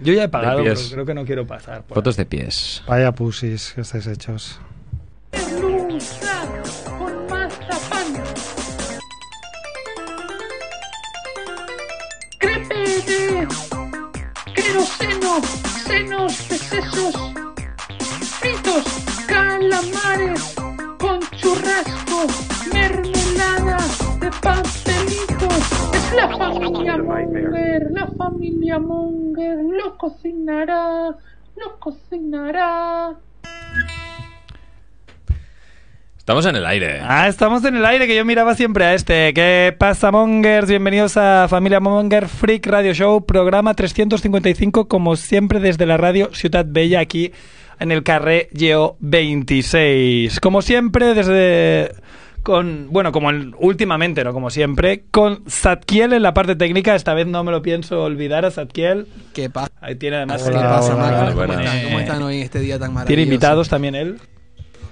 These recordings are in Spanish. Yo ya he pagado, pero pies. creo que no quiero pasar. pues. por Fotos de pies. Vaya pusis que estáis hechos. crepe de queroseno, senos de sesos, fritos, calamares con churrasco, mermelada de pastelitos. Es la familia Munger, la familia Munger lo cocinará, lo cocinará. Estamos en el aire. Ah, estamos en el aire que yo miraba siempre a este. ¿Qué pasa, Mongers? Bienvenidos a Familia Monger Freak Radio Show, programa 355, como siempre desde la radio Ciudad Bella, aquí en el Carré Geo 26. Como siempre, desde. Con, bueno, como el- últimamente, no como siempre, con Satkiel en la parte técnica. Esta vez no me lo pienso olvidar a Satkiel. ¿Qué pasa? Ahí tiene además. Hola, ¿Qué pasa, hola, Marcos? ¿Cómo, buenas. están? ¿Cómo están hoy en este día tan maravilloso? Tiene invitados también él.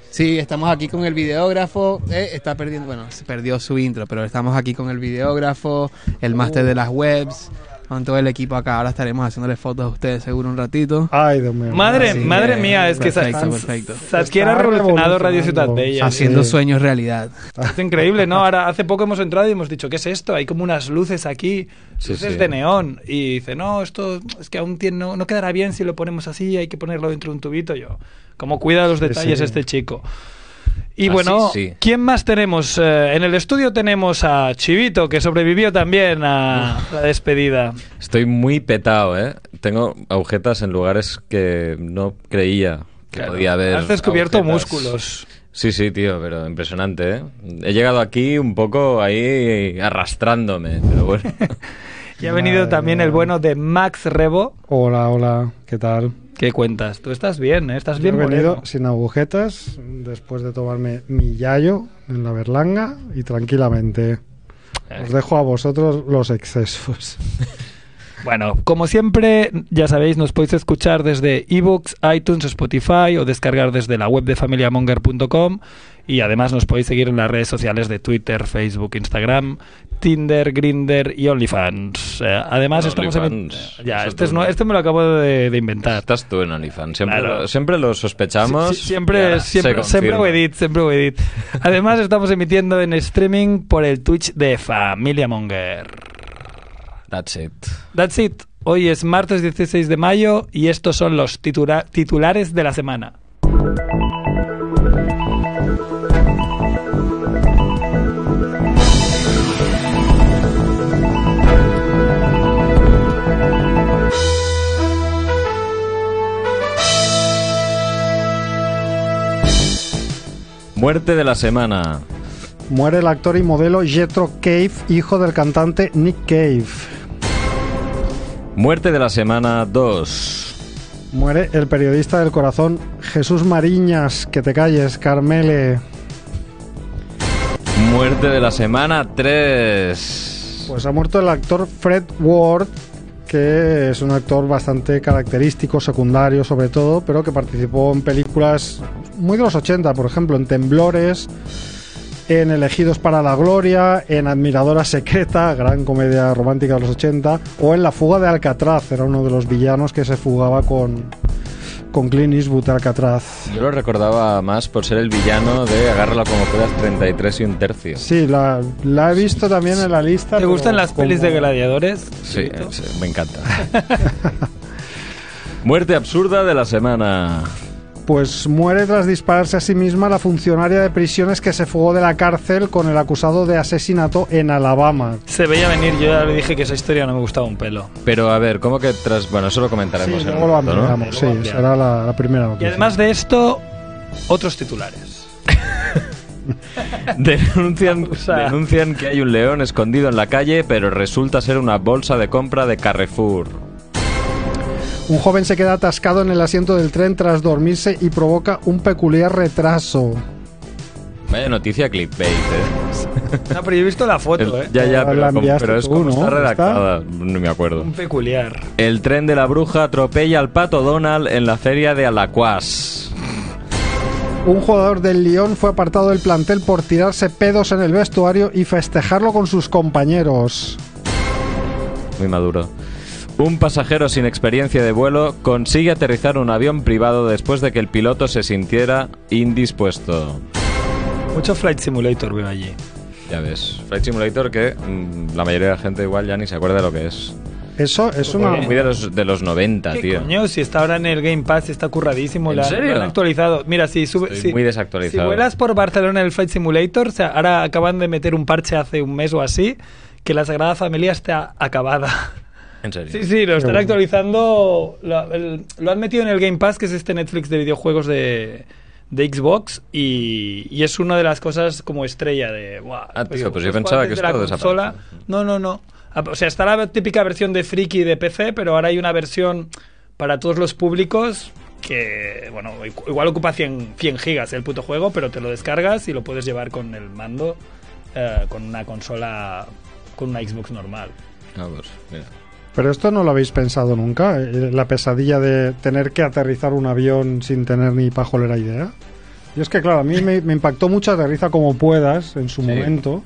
Sí, estamos aquí con el videógrafo. eh, está perdiendo, bueno, se perdió su intro, pero estamos aquí con el videógrafo, el máster de las webs, con todo el equipo acá. Ahora estaremos haciéndole fotos a ustedes seguro un ratito. Ay, Dios mío. Madre, Ah, Así madre que- mía, es que Sa- perfecto, perfecto. Satkiel ha Está revolucionado Radio Ciudad revolucionando. Bella. Así Haciendo Sí. sueños realidad. Es increíble, ¿no? Ahora hace poco hemos entrado y hemos dicho, ¿qué es esto? Hay como unas luces aquí, Sí, luces sí. de neón. Y dice, no, esto es que aún tiene- no, no quedará bien si lo ponemos así, hay que ponerlo dentro de un tubito. Yo, como cuida los Sí, detalles sí. este chico. Y Así bueno, sí. ¿quién más tenemos? Eh, en el estudio tenemos a Chivito, que sobrevivió también a la despedida. Estoy muy petado, ¿eh? Tengo agujetas en lugares que no creía que Claro, podía haber. Has descubierto agujetas. músculos. Sí, sí, tío, pero impresionante, ¿eh? He llegado aquí un poco ahí arrastrándome, pero bueno. Y ha venido Madre también mía. el bueno de Max Rebo. Hola, hola, ¿qué tal? ¿Qué cuentas? Tú estás bien, ¿eh? Estás bien Yo he venido moreno. sin agujetas después de tomarme mi yayo en la berlanga y tranquilamente. Eh. Os dejo a vosotros los excesos. Bueno, como siempre, ya sabéis, nos podéis escuchar desde ebooks, iTunes, Spotify o descargar desde la web de familiamonger.com y además nos podéis seguir en las redes sociales de Twitter, Facebook, Instagram, Tinder, Grinder y OnlyFans. Eh, además, Bueno, estamos OnlyFans, en... Ya, eso este, es tú. nue- este me lo acabo de, de inventar. Estás tú en OnlyFans. Siempre, Claro. lo, siempre lo sospechamos. Sí, sí, siempre, Ya, siempre, se siempre confirma. ho dit, siempre ho he dit. Además, estamos emitiendo en streaming por el Twitch de Familia Monger. That's it. That's it. Hoy es martes 16 de mayo y estos son los titula- titulares de la semana. Muerte de la semana. Muere el actor y modelo Jethro Cave, hijo del cantante Nick Cave. Muerte de la semana 2. Muere el periodista del corazón Jesús Mariñas, que te calles, Carmele. Muerte de la semana 3. Pues ha muerto el actor Fred Ward, que es un actor bastante característico, secundario sobre todo, pero que participó en películas muy de los 80, por ejemplo, en Temblores, en Elegidos para la Gloria, en Admiradora Secreta, gran comedia romántica de los 80, o en La Fuga de Alcatraz, era uno de los villanos que se fugaba con, con Clint Eastwood de Alcatraz. Yo lo recordaba más por ser el villano de Agárralo como puedas 33 y un tercio. Sí, la, la he visto también en la ¿Te lista. pero gustan las pelis de como- gladiadores? Sí, eh, sí, me encanta. Muerte absurda de la semana. Pues muere tras dispararse a sí misma la funcionaria de prisiones que se fugó de la cárcel con el acusado de asesinato en Alabama. Se veía venir, yo ya le dije que esa historia no me gustaba un pelo. Pero a ver, ¿cómo que tras... Bueno, eso lo Sí, comentaremos en un luego lo rato, ¿no? ampliamos. Sí, ampliamos. será la, la primera Y noticia. además de esto, otros titulares. Denuncian, O sea- denuncian que hay un león escondido en la calle, pero resulta ser una bolsa de compra de Carrefour. Un joven se queda atascado en el asiento del tren tras dormirse y provoca un peculiar retraso. Vaya noticia clickbait, ¿eh? No, pero yo he visto la foto, El- ¿eh? ya, ya, La pero, como- enviaste pero es tú, como ¿no? está ¿Está? redactada. No me acuerdo. Un peculiar. El tren de la bruja atropella al pato Donald en la feria de Alacuás. Un jugador del Lyon fue apartado del plantel por tirarse pedos en el vestuario y festejarlo con sus compañeros. Muy maduro. Un pasajero sin experiencia de vuelo consigue aterrizar un avión privado después de que el piloto se sintiera indispuesto. Mucho Flight Simulator veo allí. Ya ves, Flight Simulator que mm, la mayoría de la gente igual ya ni se acuerda de lo que es. Eso es una. Muy de los, de los 90, ¿Qué tío. coño? Si está ahora en el Game Pass, está curradísimo. ¿En la- serio? Lo han actualizado. Mira, si sube. Estoy si- muy desactualizado. Si vuelas por Barcelona en el Flight Simulator, o sea, ahora acaban de meter un parche hace un mes o así, que la Sagrada Familia está acabada. En serio. Sí, sí, lo están bueno. actualizando. Lo, el- lo han metido en el Game Pass, que es este Netflix de videojuegos de, de Xbox, y, y es una de las cosas como estrella de. "Buah, Ah, tío, pues yo juegas pensaba que desde la esto consola". desapareció. No, no, no. Ah, O sea, está la típica versión de friki de PC, pero ahora hay una versión para todos los públicos que, bueno, igu- igual ocupa 100, 100 gigas el puto juego, pero te lo descargas y lo puedes llevar con el mando, eh, con una consola, con una Xbox normal. Ah, pues, mira. Pero esto no lo habéis pensado nunca, eh, la pesadilla de tener que aterrizar un avión sin tener ni pajolera idea. Y es que, claro, a mí me, me impactó mucho aterriza como puedas en su Sí. momento.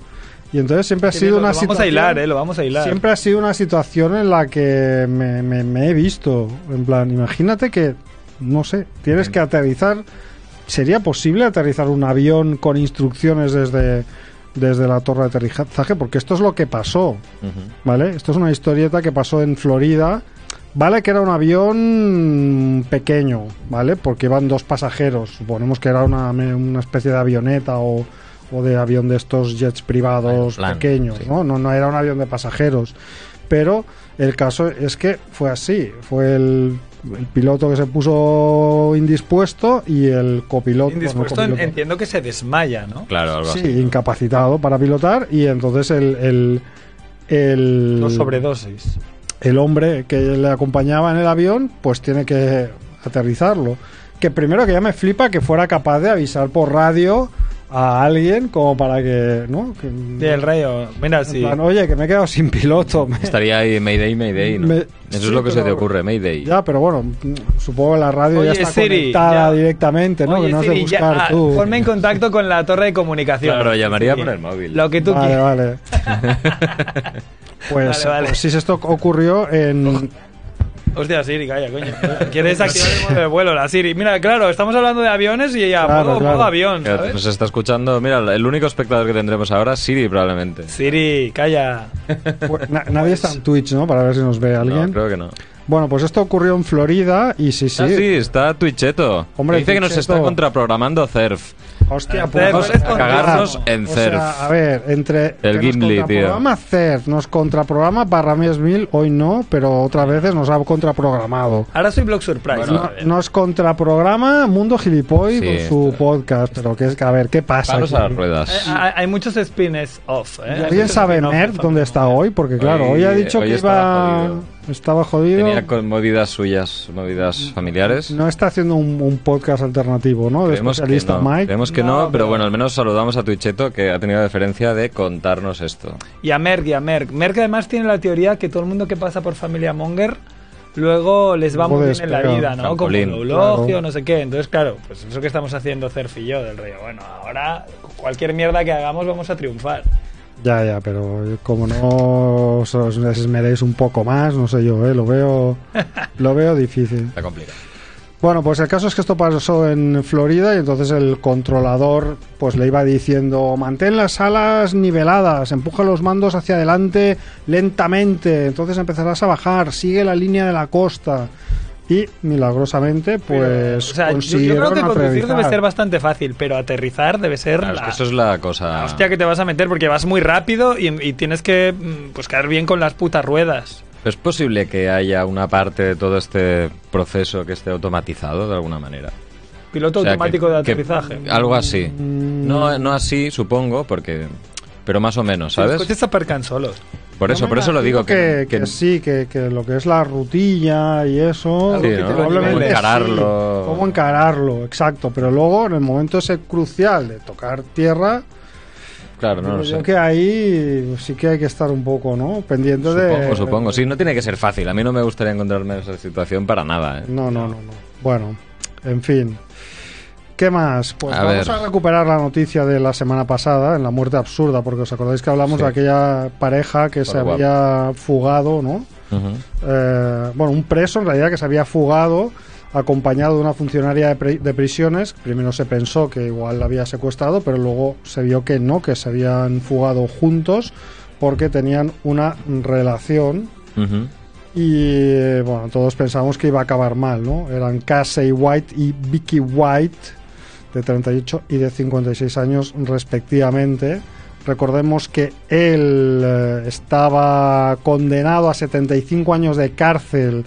Y entonces siempre ha sido Lo- una lo vamos a hilar, eh, lo vamos a hilar. Siempre ha sido una situación en la que me, me- me he visto. En plan, imagínate que, no sé, tienes que aterrizar. ¿Sería posible aterrizar un avión con instrucciones desde, desde la torre de aterrizaje? Porque esto es lo que pasó. Ujú. ¿Vale? Esto es una historieta que pasó en Florida. Vale que era un avión pequeño, ¿vale? Porque iban dos pasajeros. Suponemos que era una, una especie de avioneta o, o de avión de estos jets privados Aeroplan, pequeños, sí. ¿no? ¿no? No era un avión de pasajeros. Pero el caso es que fue así. Fue el, el piloto que se puso indispuesto y el copiloto... bueno, Indispuesto, en- copiloto entiendo que se desmaya, ¿no? Claro, algo sí, así. incapacitado para pilotar y entonces el... el el, No sobredosis. el hombre que le acompañaba en el avión, pues tiene que aterrizarlo. Que primero que ya me flipa que fuera capaz de avisar por radio a alguien como para que, ¿no? Que- Del rayo. Mira, en sí. plan, Oye, que me he quedado sin piloto. Estaría ahí Mayday, Mayday, ¿no? Me- Eso es sí, lo que se te pero- ocurre, Mayday. Ya, pero bueno, mm, supongo que la radio Oye, ya está Siri, conectada ya. directamente, ¿no? Oye, que no has de Siri, ya- buscar ah, tú. Ponme en contacto con la torre de comunicación. Claro, llamaría por el móvil. Lo que tú vale, quieras. vale. Pues, Vale, vale. pues sí, esto ocurrió en, Hostia, Siri, calla, coño. ¿Quieres activar el modo de vuelo, la Siri? Mira, claro, estamos hablando de aviones y ya, Claro, modo, modo claro. avión. Que ¿sabes? Nos está escuchando. Mira, el único espectador que tendremos ahora, Siri, probablemente. Siri, calla. Pues, na- nadie está en Twitch, ¿no? Para ver si nos ve alguien. No, creo que no. Bueno, pues esto ocurrió en Florida y sí, sí. Ah, sí, está Twitcheto. Hombre, Dice que nos Twitcheto. está contraprogramando CERF. Hostia, Cerf, pues- eres tonto. cagarnos en O sea, Cerf. a ver, entre que nos Gimli, tío. contraprograma CERF, nos contraprograma barra Mies Mil, hoy no, pero otras veces nos ha contraprogramado. Ahora soy Block Surprise. Eh, Bueno, ¿no? a ver. Nos contraprograma Mundo Gilipoy Sí, con su esto- podcast, pero que es que a ver, ¿qué pasa? Palos a aquí? las ruedas. Eh, hay, hay muchos spin-offs off. ¿eh? Hay ¿Alguien muchos sabe spin-off, Nerd por dónde favor. está hoy? Porque claro, hoy, Hoy- ha dicho hoy que estaba iba... jodido. Estaba jodido. Tenía con movidas suyas, movidas familiares. No está haciendo un, un podcast alternativo, ¿no? De Creemos que especialista no. Mike. Creemos que No, no, pero pero- bueno, al menos saludamos a Twitcheto que ha tenido la deferencia de contarnos esto. Y a Merck, y a Merck. Merck además tiene la teoría que todo el mundo que pasa por familia Monger luego les va Luego muy bien en la despega. vida, ¿no? Como Trampolín. Eulogio, Claro. no sé qué. Entonces, claro, pues eso que estamos haciendo Cerf y yo del rey. Bueno, ahora cualquier mierda que hagamos vamos a triunfar. Ya, ya, pero como no os os esmeréis un poco más, no sé yo, ¿eh? lo veo lo veo difícil. Está complicado. Bueno, pues el caso es que esto pasó en Florida y entonces el controlador pues le iba diciendo mantén las alas niveladas, empuja los mandos hacia adelante lentamente, entonces empezarás a bajar, sigue la línea de la costa y milagrosamente Pero, o pues sea, yo- yo, consiguieron creo que conducir aterrizar. debe ser bastante fácil, pero aterrizar debe ser Claro, es la, que eso es la cosa. la hostia que te vas a meter porque vas muy rápido y, y tienes que mm, pues, caer bien con las putas ruedas. ¿Es posible que haya una parte de todo este proceso que esté automatizado de alguna manera? Piloto O sea, automático que- de que- aterrizaje. Mm. algo así. No, no así, supongo, porque... Pero más o menos, Sí, Los ¿sabes? coches se aparcan solos. Por eso, No me por eso lo digo. imagino Que, que, que- sí, que, que lo que es la rutilla y eso. Algo que te lo probablemente lleve. sí. Encararlo. Cómo encararlo, exacto. Pero luego, en el momento ese crucial de tocar tierra, Claro, no digo lo yo sé. que ahí sí que hay que estar un poco, ¿no? Pendiente de. Supongo, supongo. Sí, no tiene que ser fácil. A mí no me gustaría encontrarme en esa situación para nada. ¿eh? No, no, no, no. Bueno, en fin. ¿Qué más? Pues A vamos ver. a recuperar la noticia de la semana pasada, en la muerte absurda, porque os acordáis que hablamos Sí. de aquella pareja que se Por guapo. había fugado, ¿no? Ujú. eh, bueno, un preso en realidad que se había fugado acompañado de una funcionaria de, pri- de prisiones. Primero se pensó que igual la había secuestrado, pero luego se vio que no, que se habían fugado juntos porque tenían una relación Ujú. y eh, bueno, todos pensábamos que iba a acabar mal, ¿no? Eran Casey White y Vicky White, de 38 y de 56 años respectivamente. Recordemos que él eh, estaba condenado a 75 años de cárcel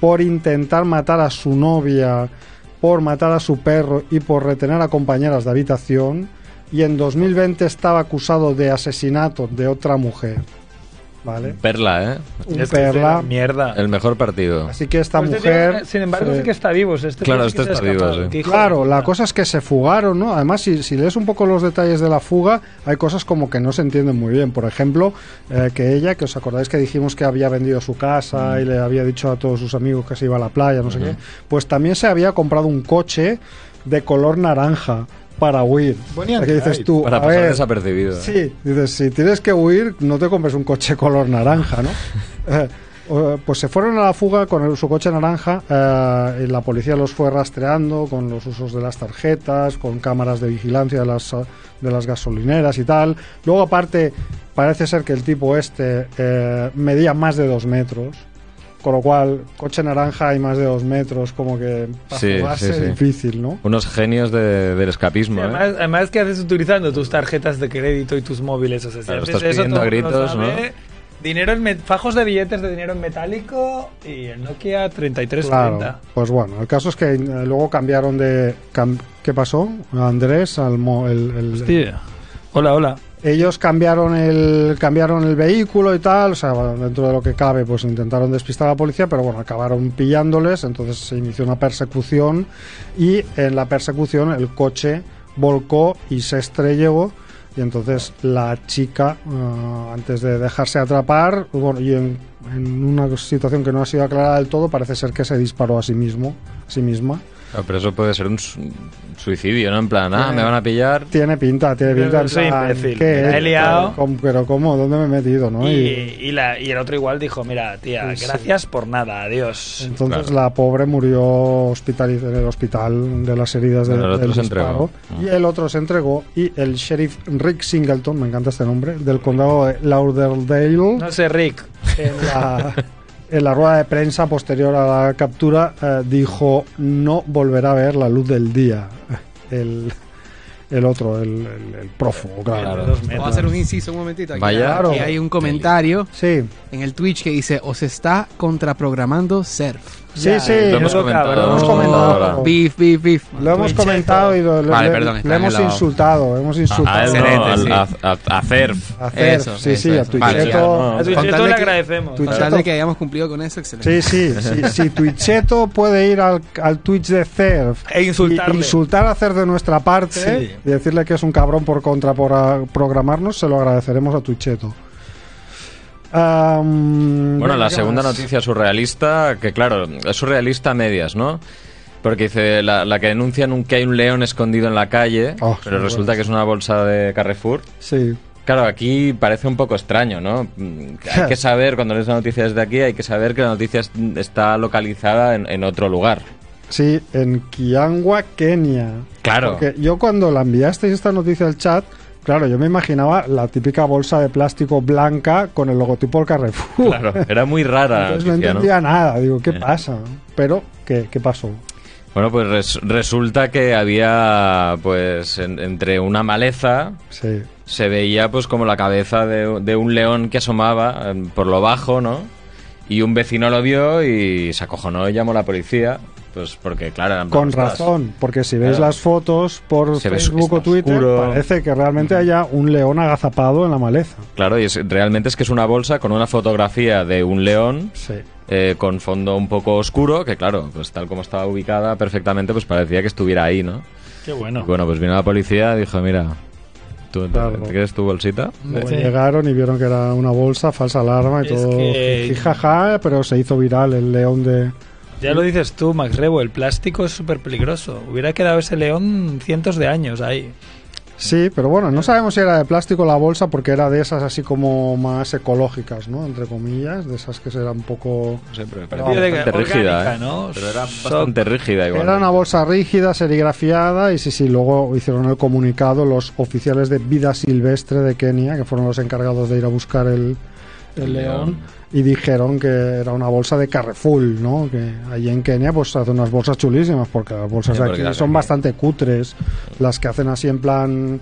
por intentar matar a su novia, por matar a su perro y por retener a compañeras de habitación. Y en 2020 estaba acusado de asesinato de otra mujer. ¿Vale? Perla, ¿eh? Un Este Es que es perla. una mierda. El mejor partido. Así que esta Pues este mujer. tío, sin embargo, se- sí que está vivo. Este Claro, tío sí que este se ha está vivo, escapado, sí. que hijo de Claro, puta. la cosa es que se fugaron, ¿no? Además, si, si lees un poco los detalles de la fuga, hay cosas como que no se entienden muy bien. Por ejemplo, eh, que ella, que os acordáis que dijimos que había vendido su Mm. casa y le había dicho a todos sus amigos que se iba a la playa, no sé qué, pues también se había comprado un coche de color naranja para huir. Bonnie and O sea, que dices Clyde. tú, Para Uh, a pasar ver, desapercibido. ¿eh? Sí, dices, si tienes que huir, no te compres un coche color naranja, ¿no? Eh, eh, pues se fueron a la fuga con el- su coche naranja eh, y la policía los fue rastreando con los usos de las tarjetas, con cámaras de vigilancia de las, eh, de las gasolineras y tal. Luego, aparte, parece ser que el tipo este eh, medía más de dos metros. Con lo cual, coche naranja y más de dos metros, como que para Sí, jugarse sí, sí. difícil, ¿no? Unos genios de- del escapismo, ¿eh? Además, además, ¿qué haces utilizando tus tarjetas de crédito y tus móviles? O sea, si Claro, haces estás eso, pidiendo todo a el mundo gritos, lo sabe. Dinero en met- fajos de billetes de dinero en metálico y el Nokia 3330. Claro, pues bueno, el caso es que eh, luego cambiaron de... cam- ¿Qué pasó? Andrés, al mo- el- el- Hola, hola. ellos cambiaron el cambiaron el vehículo y tal, o sea, bueno, dentro de lo que cabe, pues intentaron despistar a la policía, pero bueno, acabaron pillándoles, entonces se inició una persecución y en la persecución el coche volcó y se estrelló y entonces la chica, eh, antes de dejarse atrapar, bueno, y en, en una situación que no ha sido aclarada del todo, parece ser que se disparó a sí mismo, a sí misma. Ah, pero eso puede ser un su- suicidio, ¿no? En plan, ah, me van a pillar. Tiene pinta, tiene Pero pinta. en soy plan, imbécil, ¿qué me la es? he liado. ¿Cómo- Pero ¿cómo? ¿Dónde me he metido? ¿no? Y, Y- y la, y el otro igual dijo, mira, tía, Sí. gracias por nada, adiós. Entonces Claro. la pobre murió hospitaliz- en el hospital de las heridas de- Pero el otro del se disparo. entregó. Y el otro se entregó y el sheriff Rick Singleton, me encanta este nombre, del condado de Lauderdale, No sé, Rick. en, la, en la rueda de prensa posterior a la captura eh, dijo no volverá a ver la luz del día. El, el otro, el, el- el prófugo, claro. de dos metros. Vamos a hacer un inciso un momentito. Aquí, Vaya. aquí hay un comentario Sí, en el Twitch que dice, os está contraprogramando surf. sí, Ya, sí. Lo Menudo hemos comentado. cabrón. lo hemos Lo hemos comentado comentado. ahora. Beef, beef, beef. Lo hemos Twitchero. comentado y lo, lo- Vale, le- perdón, está le en hemos el lado. insultado, hemos insultado. A él no, al- Excelente, a, a- a Cerf. A hacer, Eso, sí, eso, sí, a eso. Vale, Twitcheto. ya, no. A Twitcheto Contarle le que- agradecemos. Con tal Exacto. de que hayamos cumplido con eso, excelente. Sí, sí, sí, si Twitcheto puede ir al, al Twitch de Cerf E insultarle. y insultar a Cerf de nuestra parte Sí. y decirle que es un cabrón por contra por a- programarnos, se lo agradeceremos a Twitcheto. Am, Bueno, venga, la ¿qué segunda más? noticia surrealista, que claro, es surrealista a medias, ¿no? Porque dice la, la que denuncian un, que hay un león escondido en la calle, Oh, pero sí, resulta que es una bolsa de Carrefour. Sí, Claro, aquí parece un poco extraño, ¿no? Mm, Hay que saber, cuando lees la noticia desde aquí, hay que saber que la noticia es- está localizada en, en otro lugar. sí, en Kiangwa, Kenia. Claro. Porque yo cuando la enviasteis esta noticia al chat, claro, yo me imaginaba la típica bolsa de plástico blanca con el logotipo del Carrefour. Claro, era muy rara la Entonces Pues noticia, no ¿no? entendía nada, digo, ¿qué Eh. pasa? Pero, ¿qué, qué pasó? Bueno, pues res- resulta que había, pues, en- entre una maleza Sí. se veía, pues, como la cabeza de, de un león que asomaba eh, por lo bajo, ¿no? Y un vecino lo vio y se acojonó y llamó a la policía, pues, porque, claro, eran Con ostras, razón, porque si veis Claro. las fotos por Se ve Facebook oscuro. o Twitter, parece que realmente haya un león agazapado en la maleza. Claro, y es- realmente es que es una bolsa con una fotografía de un león Sí. eh, con fondo un poco oscuro, que claro, pues tal como estaba ubicada perfectamente, pues parecía que estuviera ahí, ¿no? Qué Y bueno, pues vino la policía y dijo, mira, ¿tú te- Claro. ¿te quieres tu bolsita? Sí. Llegaron y vieron que era una bolsa, falsa alarma y Es todo. que- jijijaja, pero se hizo viral el león de. Ya lo dices tú, Max Rebo, el plástico es súper peligroso. Hubiera quedado ese león cientos de años ahí. Sí, pero bueno, no sabemos si era de plástico la bolsa porque era de esas así como más ecológicas, ¿no? Entre comillas, de esas que eran un poco... No sé, pero Tío, me parecía de- bastante orgánica, rígida. ¿eh? ¿no? Pero era Son- bastante rígida igual. Era una bolsa rígida, serigrafiada y sí, sí, luego hicieron el comunicado los oficiales de vida silvestre de Kenia, que fueron los encargados de ir a buscar el, el El león, león. y dijeron que era una bolsa de Carrefour, ¿no? Que allí en Kenia pues hacen unas bolsas chulísimas, porque las bolsas Sí, de porque aquí las de son aquí. bastante cutres, las que hacen así en plan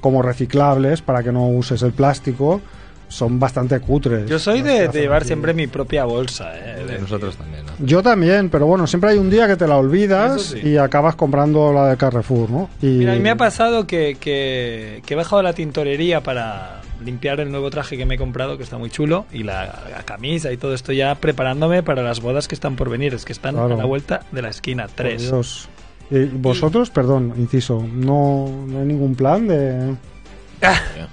como reciclables para que no uses el plástico. Son bastante cutres. Yo soy Las de, que de hacen llevar aquí. siempre mi propia bolsa, ¿eh? Es decir, Nosotros también, ¿no? Yo también, pero bueno, siempre hay un día que te la olvidas Eso sí. y acabas comprando la de Carrefour, ¿no? Y Mira, a mí me ha pasado que, que, que he bajado a la tintorería para limpiar el nuevo traje que me he comprado, que está muy chulo, y la, la camisa y todo esto ya preparándome para las bodas que están por venir, es que están Claro. a la vuelta de la esquina, Por tres. Dios. Y vosotros, perdón, inciso, no, no hay ningún plan de. Ah. eh,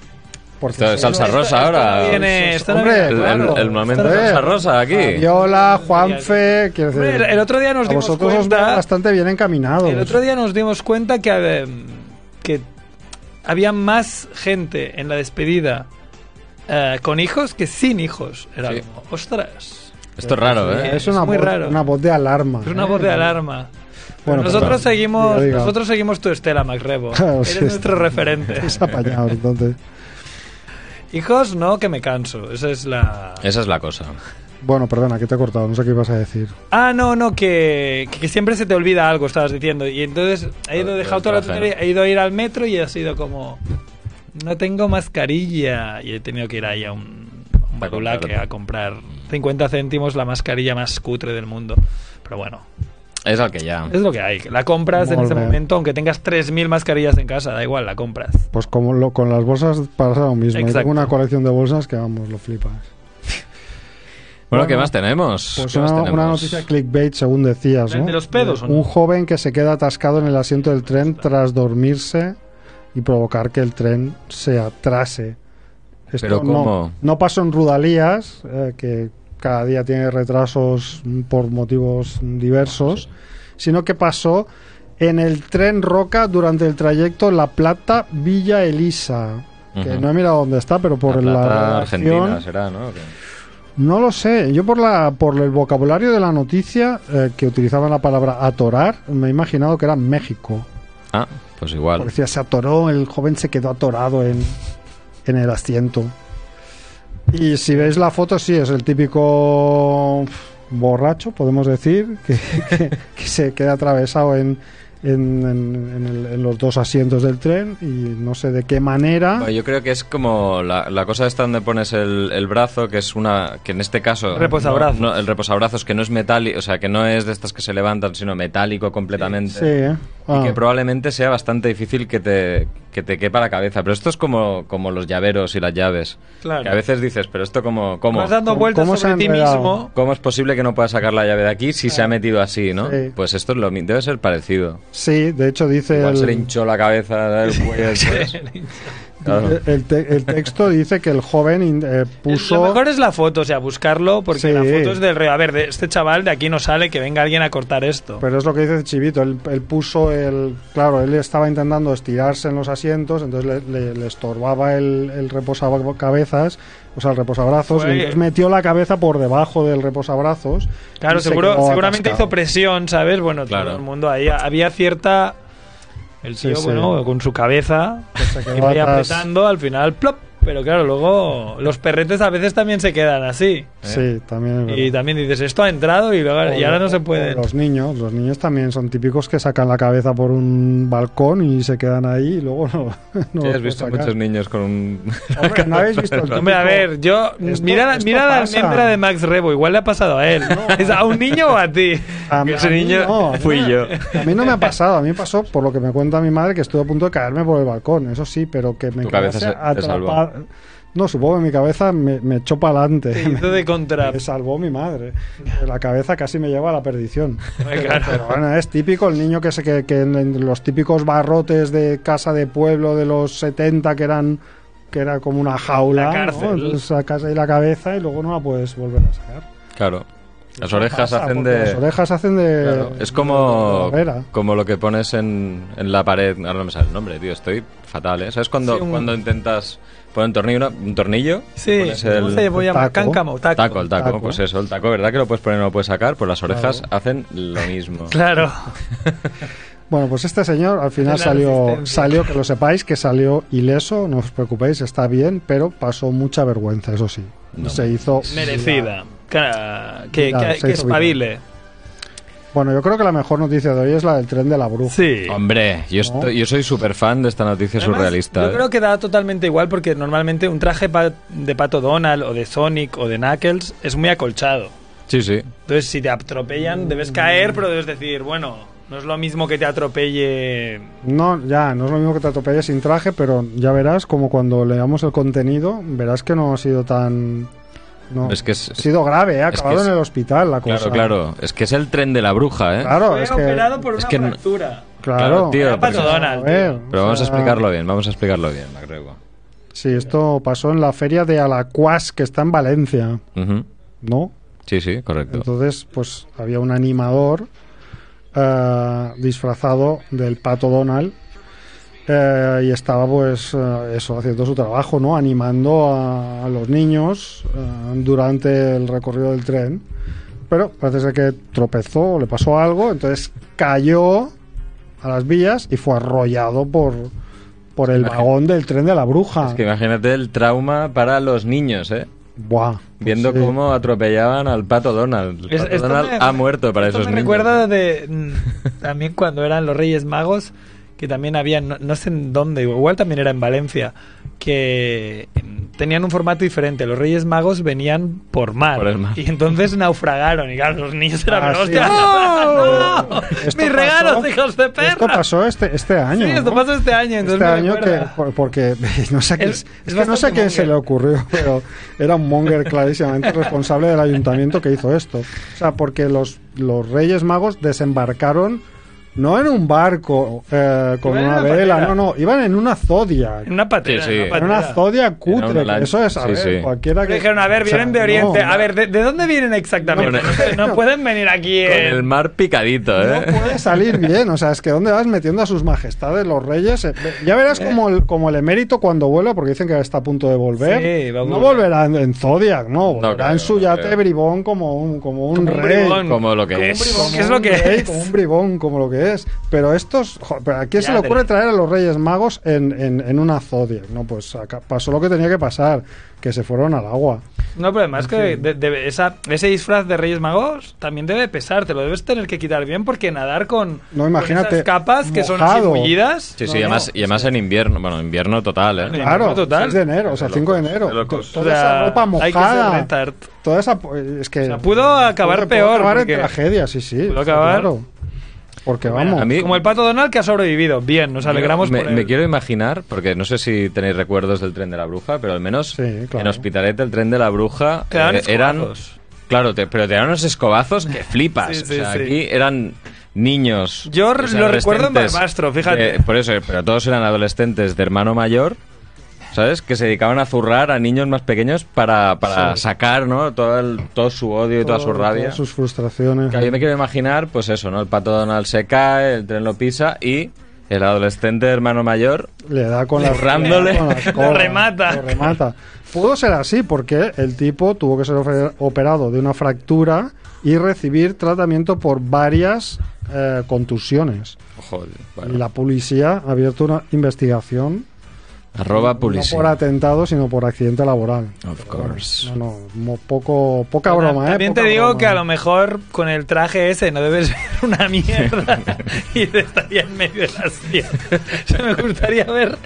Porque Esto es sois salsa los- rosa ahora. no viene, esto no Hombre, viene, El, el- claro. el Esto momento no- Está de bien. rosa Ah, aquí. Viola, Juanfe, quiero decir, Hombre, el, el otro día nos a dimos vosotros os veo cuenta. bastante bien encaminados. El otro día nos dimos cuenta que, eh, que había más gente en la despedida eh, con hijos que sin hijos. Era Sí. como, ostras. Esto es raro, ¿eh? es una, es muy voz, raro. una voz de alarma. Es una ¿eh? voz de alarma. Bueno, nosotros pues, seguimos, diga, diga. nosotros seguimos tu estela, Max Rebo. Claro, Eres Ah, sí. nuestro referente. Es apañado, entonces. Hijos, no, que me canso. Esa es la. Esa es la cosa. Bueno, perdona, que te he cortado, no sé qué ibas a decir. Ah, no, no, que, que siempre se te olvida algo, estabas diciendo. Y entonces he ido Lo- dejado lo toda la traje, tontería, he ido a ir al metro y ha sido como. No tengo mascarilla. Y he tenido que ir ahí a un, a un A comprar. que a comprar 50 céntimos la mascarilla más cutre del mundo. Pero bueno, Es al que ya. es lo que hay. La compras en Molt ese bé. momento, aunque tengas 3.000 mascarillas en casa, da igual, la compras. Pues como lo- con las bolsas pasa lo mismo. Yo Exacto. Tengo una colección de bolsas que, vamos, lo flipas. Bueno, ¿qué Bueno, más tenemos? Pues ¿Qué más una, una tenemos? noticia clickbait, según decías, ¿De- ¿no? de los pedos, o no? Un joven que se queda atascado en el asiento del tren tras dormirse y provocar que el tren se atrase. Esto Pero ¿cómo? No, no pasó en Rudalías, eh, que cada día tiene retrasos mm, por motivos mm, Ah, diversos, sino que pasó en el tren Roca durante el trayecto La Plata-Villa Elisa. Que Ujú. no he mirado dónde está, pero por la, La plata redacción- argentina será, ¿no? Que- no lo sé. Yo por la por el vocabulario de la noticia eh, que utilizaban la palabra atorar, me he imaginado que era México. Ah, pues igual. Porque decía, se atoró, el joven se quedó atorado en, en el asiento. Y si veis la foto, sí, es el típico borracho, podemos decir, que, que- que se queda atravesado en, en- en- en el- en los dos asientos del tren y no sé de qué manera. Bueno, yo creo que es como la, la cosa esta donde pones el, el brazo, que es una. que en este caso. Reposabrazos. no- no, el reposabrazos, que no es metálico, o sea, que no es de estas que se levantan, sino metálico completamente. Sí, ¿eh? Y que Ah. probablemente sea bastante difícil que te, que te quepa la cabeza. Pero esto es como, como los llaveros y las llaves. Claro. Que a veces dices, pero esto como... ¿cómo, Vas dando ¿Cómo- vueltas cómo se sobre ha ti enredado? mismo. cómo es posible que no puedas sacar la llave de aquí si se ha metido así, no? Sí. Pues esto es lo mi- debe ser parecido. Sí, de hecho dice... Igual se le el- hinchó la cabeza el cuello después. Claro. El, te- el texto dice que el joven in- eh, Lo puso. mejor es la foto, o sea, buscarlo, porque Sí. la foto es del reo. A ver, de este chaval de aquí no sale, que venga alguien a cortar esto. Pero es lo que dice Chivito. Él, él puso el. Claro, él estaba intentando estirarse en los asientos, entonces le, le- le estorbaba el, el reposabrazos, o sea, el reposabrazos. Fue- y entonces metió la cabeza por debajo del reposabrazos. Claro, y se seguro, quedó seguramente atascado. hizo presión, ¿sabes? Bueno, Claro. todo el mundo ahí. Había cierta. El Sí, tío, sí. bueno, con su cabeza. se Y quedó vaya atrás. apretando, al final, plop. Pero claro, luego los perretes a veces también se quedan así. Sí, también. es verdad. Y también dices, esto ha entrado y, luego- y O- ahora no se o- puede. o Los niños, los niños también son típicos que sacan la cabeza por un balcón y se quedan ahí y luego no. no Sí, los has puedes visto sacar. muchos niños con un... Hombre, ¿no habéis visto el Hombre, a típico- ver, yo. Esto- mira la- esto mira la pasa. almendra de Max Rebo, igual le ha pasado a él. ¿Es a un niño o a ti? A mí- Ese a mí niño no, a mí fui no- yo. A mí no me ha pasado, a mí me pasó, por lo que me cuenta mi madre, que estuve a punto de caerme por el balcón, eso sí, pero que me Tu cabeza quedase se- te salvó. atrapado- No, supongo que mi cabeza me, me echó para Te adelante. hizo de contra. Me salvó mi madre. La cabeza casi me lleva a la perdición. Hombre, claro. Pero bueno, es típico el niño que se que, que en- en los típicos barrotes de casa de pueblo de los 70 que eran que era como una jaula, La cárcel. ¿no? Entonces sacas ahí la cabeza y luego no la puedes volver a sacar. Claro. Las orejas Pasa, hacen ah, porque de... Las orejas hacen de. Claro, es como, de barrera. como lo que pones en, en la pared. Ahora no me sale el nombre, tío. Estoy fatal, ¿eh? ¿Sabes cuando, Sí, un- cuando intentas poner un tornillo? una- ¿Un tornillo? Sí, Pones ¿cómo el- se voy a llamar? taco. Cáncamo, taco. Taco, el taco, Taco. pues eso, el taco, ¿verdad que lo puedes poner o no lo puedes sacar? Pues las orejas hacen lo mismo. Claro. Bueno, pues este señor al final De la salió, resistencia. salió, que lo sepáis, que salió ileso, no os preocupéis, está bien, pero pasó mucha vergüenza, eso sí. No. Se hizo... Merecida. Cara, que, Claro, que, se que hizo viral. espabile. Bueno, yo creo que la mejor noticia de hoy es la del tren de la bruja. Sí. Hombre, yo, estoy- yo soy súper fan de esta noticia Además, surrealista. ¿eh? Yo creo que da totalmente igual porque normalmente un traje pa- de Pato Donald o de Sonic o de Knuckles es muy acolchado. ¿eh? Sí, sí. Entonces, si te atropellan, debes caer, pero debes decir, bueno, no es lo mismo que te atropelle. No, ya, no es lo mismo que te atropelle sin traje, pero ya verás, como cuando leamos el contenido, verás que no ha sido tan... No, Es que es- ha sido grave, ha es que acabado es- en el hospital la Claro, cosa. claro. Es que es el tren de la bruja, ¿eh? Claro, Fue es que... operado por es una que no- fractura. Claro, tío, Era Pato porque- Donald. A ver, tío. Pero o vamos a sea, explicarlo bien, vamos a explicarlo bien, MacGregor. Sí, esto pasó en la feria de Alacuas, que está en Valencia, Ujú. ¿no? Sí, sí, correcto. Entonces, pues había un animador eh, disfrazado del pato Donald eh, y estaba, pues, eh, eso, haciendo su trabajo, ¿no? Animando a, a los niños eh, durante el recorrido del tren. Pero parece ser que tropezó, o le pasó algo, entonces cayó a las vías y fue arrollado por, por el vagón del tren de la bruja. Es que imagínate el trauma para los niños, ¿eh? Buah, pues Viendo sí. cómo atropellaban al pato Donald. El Es- pato esto Donald me- ha muerto para esto esos me niños. recuerda de mm, también cuando eran los Reyes Magos, que también había, no, no sé en dónde, igual también era en Valencia, que mm, tenían un formato diferente. Los Reyes Magos venían por mar, Por el mar. y entonces naufragaron y claro, los niños eran Ah, "Hostia, sí. ¡no! Esto ¡Mis pasó- regalos, hijos de perra! Esto pasó este, este año. Sí, esto ¿no? pasó este año. entonces Este me año que, recuerda. por- porque no sé, a quién- Es- es es que no sé bastante a quién se monger. le ocurrió, pero era un monger clarísimamente responsable del ayuntamiento que hizo esto. O sea, porque los, los Reyes Magos desembarcaron no en un barco eh, con Iban en una una vela, patera. no, no, iban en una zodia. En una patera. Sí, sí. En una patera. zodia Era cutre, una lan- que eso es, a sí, ver, sí. cualquiera que... Pero dijeron, a ver, o sea, vienen de Oriente. no, a ver, ¿de, de dónde vienen exactamente? No, No, no. no pueden venir aquí. Con en- el mar picadito, no ¿eh? puede salir bien. O sea, es que ¿dónde vas metiendo a sus majestades los reyes? Eh, Ya verás como el, como el emérito cuando vuela, porque dicen que está a punto de volver. Sí, va a no volver. volverá en, en Zodiac, no. Volverá creo, en su no yate creo. bribón como un, como un Como un rey. bribón. Como lo que un es. bribón. Como ¿Qué es lo un que rey, es? Como un bribón, como lo que es. Pero estos. jo, pero ¿A quién se le Yadre. ocurre traer a los Reyes Magos en, en, en una Zodiac? No, pues acá pasó lo que tenía que pasar: que se fueron al agua. No, pero además que de- de- esa, ese disfraz de Reyes Magos también debe pesar, te lo debes tener que quitar bien porque nadar con, No, con imagínate, esas capas que son mojado. chimullidas. Sí, sí, No, no, además, y además en invierno. Bueno, invierno total, ¿eh? Claro. Claro, total. 6 de enero, o sea, 5 de de enero. locos. Toda esa ropa hay que ser mojada. retard. Toda esa. po- eh, Es que. sea, pudo acabar peor, Pudo acabar porque- en tragedia, sí, sí. Pudo está acabar- Claro. Porque vamos. a mí- Como el pato Donald que ha sobrevivido. Bien, nos alegramos me, por él. me quiero imaginar, porque no sé si tenéis recuerdos del tren de la bruja, pero al menos Sí, claro. en Hospitalet el tren de la bruja eh, Te daban eran... escobazos. Claro, te- pero te dan unos escobazos que flipas. Sí, sí, o sea, sí. aquí eran niños. Yo o sea, lo recuerdo en adolescentes, Barbastro, fíjate. eh, por eso, eh, pero todos eran adolescentes de hermano mayor. ¿Sabes? Que se dedicaban a zurrar a niños más pequeños para, para sacar ¿no? todo, el- todo su odio y toda su Todas rabia. sus frustraciones. Claro, yo me quiero imaginar, pues eso, ¿no? El pato Donald se cae, el tren lo pisa y el adolescente hermano mayor. Le da con las, Zurrándole. con las Lo colas, remata. Lo remata. Pudo ser así porque el tipo tuvo que ser ofe- operado de una fractura y recibir tratamiento por varias eh, contusiones. Joder, Y bueno, La policía ha abierto una investigación arroba no policía. Pues por atentado, sino por accidente laboral. Of course. No, no, mo- poco, poca Pero broma, ¿eh? También Poca te digo broma. que a lo mejor con el traje ese no debes ver una mierda y te estaría en medio de las vías. Se me gustaría ver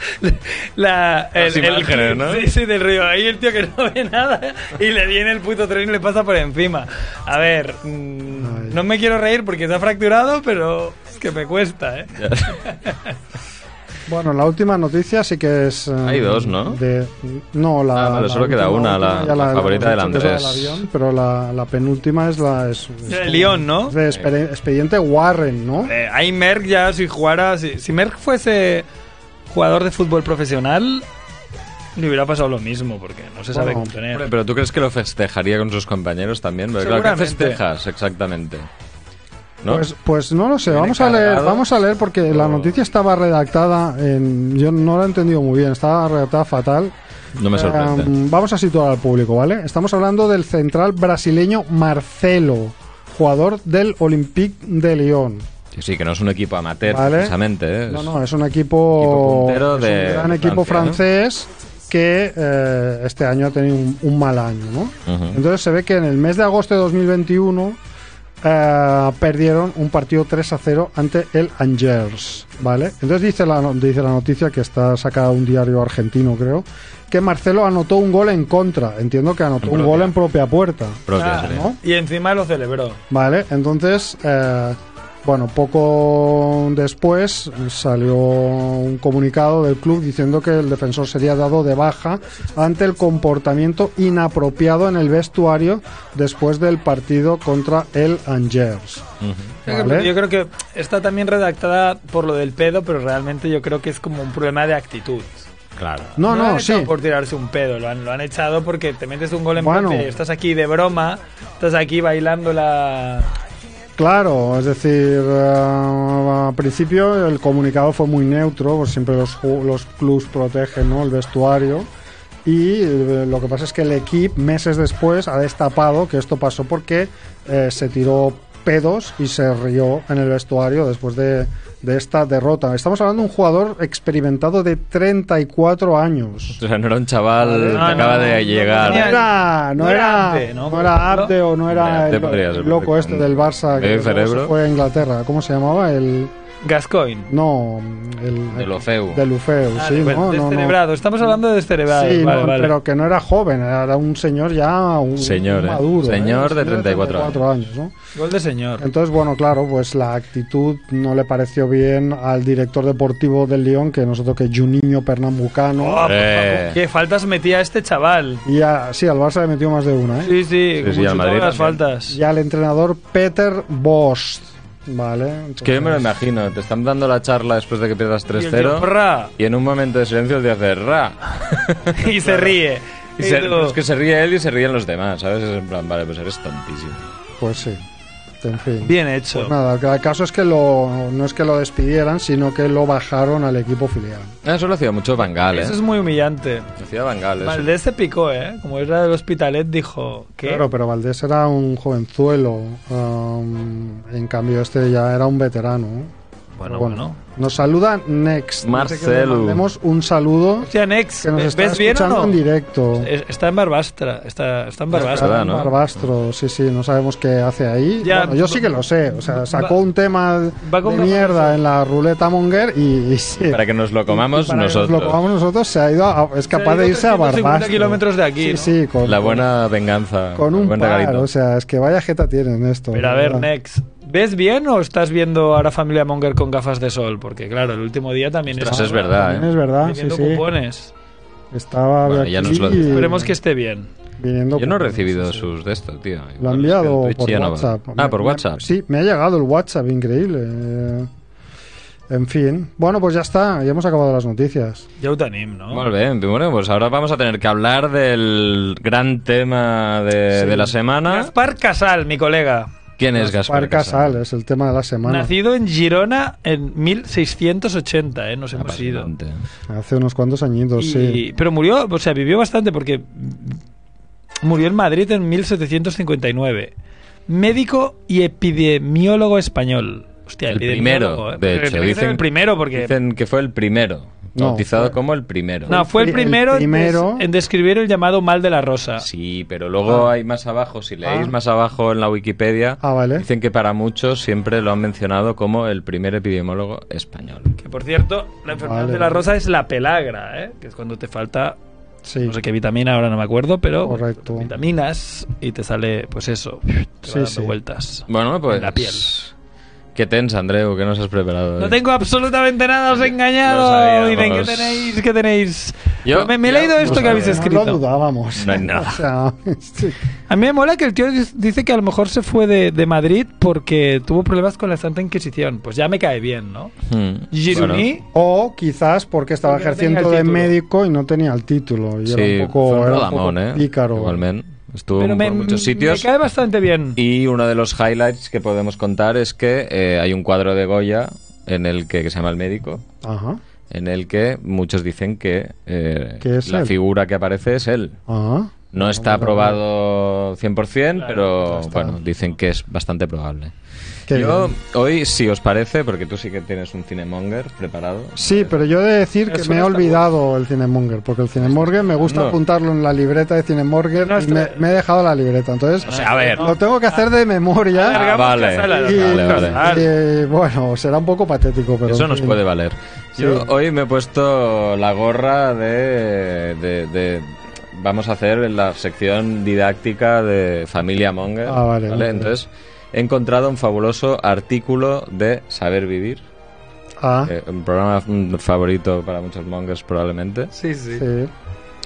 la, Las imágenes, ¿no? Sí, sí, del río. Ahí el tío que no ve nada y le viene el puto tren y le pasa por encima. A ver, mm, Ay. no me quiero reír porque está fracturado, pero es que me cuesta, ¿eh? Bueno, la última noticia sí que es. eh, Hay dos, ¿no? de- no, la. Ah, vale, la solo queda última, una, la- última, ya la favorita del última es la del Andrés. avión, pero la, la penúltima es la. Es, es El León, ¿no? de exper- expediente Warren, ¿no? Eh, ahí Merck ya si jugara, si, si Merck fuese jugador de fútbol profesional, Le hubiera pasado lo mismo, porque no se sabe Bueno, contener. Hombre, pero tú crees que lo festejaría con sus compañeros también, Porque, claro, ¿qué Seguramente. festejas exactamente? ¿No? Oh. Pues, pues no lo sé, ¿Viene vamos a leer, cargado? vamos a leer porque la O- noticia estaba redactada en, yo no la he entendido muy bien, estaba redactada fatal. no me sorprende. Um, vamos a situar al público, ¿vale? Estamos hablando del central brasileño Marcelo, jugador del Olympique de Lyon. Sí, sí, que no es un equipo amateur, Vale. precisamente. ¿eh? No, Es- no, es un equipo, Equipo puntero es un de gran equipo Francia, francés que eh, este año ha tenido un, un mal año, ¿no? Ujú. Entonces se ve que en el mes de agosto de 2021 eh, perdieron un partido 3 a 0 ante el Angers, ¿vale? Entonces dice la, no- dice la noticia que está sacada de un diario argentino, creo, que Marcelo anotó un gol en contra. Entiendo que anotó En un propia. gol en propia puerta. propia, Ah, sí. ¿no? Y encima lo celebró. Vale, entonces, eh, bueno, poco después salió un comunicado del club diciendo que el defensor sería dado de baja ante el comportamiento inapropiado en el vestuario después del partido contra el Angers. Ujú. Creo que- ¿Vale? Yo creo que está también redactada por lo del pedo, pero realmente yo creo que es como un problema de actitud. Claro. No, lo han no, sí. echado por tirarse un pedo, lo han, lo han echado porque te metes un gol en Bueno. propia y estás aquí de broma, estás aquí bailando la... Claro, es decir, eh, al principio el comunicado fue muy neutro, pues siempre los, ju- los clubs protegen ¿no? el vestuario. Y eh, lo que pasa es que el equipo, meses después, ha destapado que esto pasó porque eh, se tiró pedos y se rió en el vestuario después de, de esta derrota. Estamos hablando de un jugador experimentado de 34 años. O sea, no era un chaval No, que acaba no, de no llegar. No era, no No era era, Abde, ¿no? no era Abde o no Hombre, era Abde el, podría ser el loco este perfectamente. del Barça que Medio luego se cerebro. fue a Inglaterra. ¿Cómo se llamaba? El Gascoigne. no, el Del Ofeu. del Ofeu, Ah, sí, de- no, no, no. descerebrado. Estamos hablando de descerebrado. Sí, Vale, no, vale. pero que no era joven, era un señor ya un, Señor, un ¿eh? maduro. ¿eh? Señor de 34 años. ¿no? Gol de señor. Entonces, bueno, claro, pues la actitud no le pareció bien al director deportivo del León, que nosotros que Juninho Pernambucano. Oh, por Eh. favor, Qué faltas metía este chaval. Y a- sí, al Barça le metió más de una, ¿eh? Sí, sí, Sí, como sí, al chutaba Madrid las también. faltas. y al entrenador Peter Bost. Vale. entonces- Es que yo me lo imagino, te están dando la charla después de que pierdas Y el tío, 3-0 ¡prra! y en un momento de silencio te hace ra. Y se ríe. Y Y se- tú- es que se ríe él y se ríen los demás, ¿sabes? Es en plan, vale, pues eres tontísimo. Pues sí. En fin. Bien hecho. Pues nada, el caso es que lo, no es que lo despidieran, sino que lo bajaron al equipo filial. Ah, Eso lo hacía mucho Bangal, ¿eh? Eso es muy humillante. Lo hacía Bangal, eso. Valdés se picó, ¿eh? Como era del Hospitalet, dijo que... Claro, pero Valdés era un jovenzuelo. um, en cambio, este ya era un veterano. Bueno, Pero bueno. Nos saluda Next. Dice que le Marcelo. mandemos un saludo Hostia, Nex, que nos está ¿ves bien o escuchando no? en directo. Es- Está en Barbastra. Está, está en Barbastra. verdad, Gran ¿no? Barbastro, sí, sí, no sabemos qué hace ahí. Ya, bueno, yo va- sí que lo sé, o sea, sacó va- un tema va con de una mierda cosa. en la ruleta Monger y, y sí, Para que nos lo comamos para que nos nosotros. lo comamos nosotros, se ha ido, a- es capaz de irse a 350 Barbastro. kilómetros de aquí, Sí, ¿no? sí, con, La buena venganza. con el un buen par, regalito. o sea, es que vaya jeta tienen esto. Pero a la ver, verdad. Nex, ¿ves bien o estás viendo ahora Familia Monger con gafas de sol? Porque claro, el último día también Ostras, estaba es verdad, También ¿eh? es verdad, Ah, sí, vendiendo sí. cupones. Estaba Bueno, aquí ya nos lo dice. Esperemos que esté bien. viniendo Yo no he cupones, recibido sí, sí. sus de esto, tío. Lo ha Igual enviado en Twitch por ya no va. WhatsApp. ah, por Me- me- WhatsApp. sí, me ha llegado el WhatsApp, increíble. Eh, En fin. Bueno, pues ya está, ya hemos acabado las noticias. Ya ho tenim, no? Molt bé, bueno, pues ahora vamos a tener que hablar del gran tema de, de la semana. Gaspar Casal, mi colega. ¿Quién es Gaspar Parca Casal? Sal es el tema de la semana. Nacido en Girona en 1680, ¿eh? Nos Ah, hemos ido. Apasionante. Hace unos cuantos añitos, Y- sí. Pero murió, o sea, vivió bastante porque murió en Madrid en 1759. Médico y epidemiólogo español. Hostia, El epidemiólogo, ¿eh? primero, de Pero hecho. dicen el primero porque... Dicen que fue el primero, No, bautizado fue- como el primero. No, fue el El primero, en des- primero. En, describir el llamado mal de la rosa. Sí, pero luego hay más abajo, si leéis Ah. más abajo en la Wikipedia, Ah, vale. dicen que para muchos siempre lo han mencionado como el primer epidemiólogo español. Que por cierto, la enfermedad Vale. de la rosa es la pelagra, ¿eh? que es cuando te falta Sí. no sé qué vitamina, ahora no me acuerdo, pero Correcto. vitaminas y te sale pues eso, te va Sí, dando sí. vueltas. Bueno, pues En la piel. Qué tensa, Andreu, que nos has preparado. No eh. tengo absolutamente nada, os he Lo engañado. sabíamos. Dicen, ¿qué tenéis? ¿Qué tenéis? Yo- Pero me, me he yo leído lo esto que habéis sabía. escrito. No lo dudábamos. No hay nada. O sea, sí. A mí me mola que el tío dis- dice que a lo mejor se fue de, de Madrid porque tuvo problemas con la Santa Inquisición. Pues ya me cae bien, ¿no? Hmm. Gironí, O quizás porque estaba Porque no tenía ejerciendo el de título. médico y no tenía el título. Y Sí, era un fue poco, un era un rodamón, poco ¿eh? pícaro. Igualmente. Estuvo pero en me, muchos me sitios. cae bastante bien. Y uno de los highlights que podemos contar es que eh, hay un cuadro de Goya en el que, que se llama El Médico, Ajá, en el que muchos dicen que eh, Que es la él. figura que aparece es él. ajá. No está aprobado 100%, pero está. bueno, dicen que es bastante probable. Qué Yo bien. hoy, si os parece, porque tú sí que tienes un cinemonger preparado. Sí, pero yo he de decir Eso que me he no está olvidado el Cinemonger, porque el Cinemonger me gusta No. apuntarlo en la libreta de Cinemonger No y está- me, me he dejado la libreta. Entonces, O sea, a ver. lo tengo que hacer de Ah, memoria. vale, Cargamos y, vale, vale. y, bueno, será un poco patético, pero. Eso en nos fin. puede valer. Yo Sí. hoy me he puesto la gorra de, de- de- Vamos a hacer la sección didáctica de Familia Monger. Ah, vale, vale. Entonces, he encontrado un fabuloso artículo de Saber Vivir, Ah, eh, un programa mm, favorito para muchos mongers probablemente, Sí, sí. sí.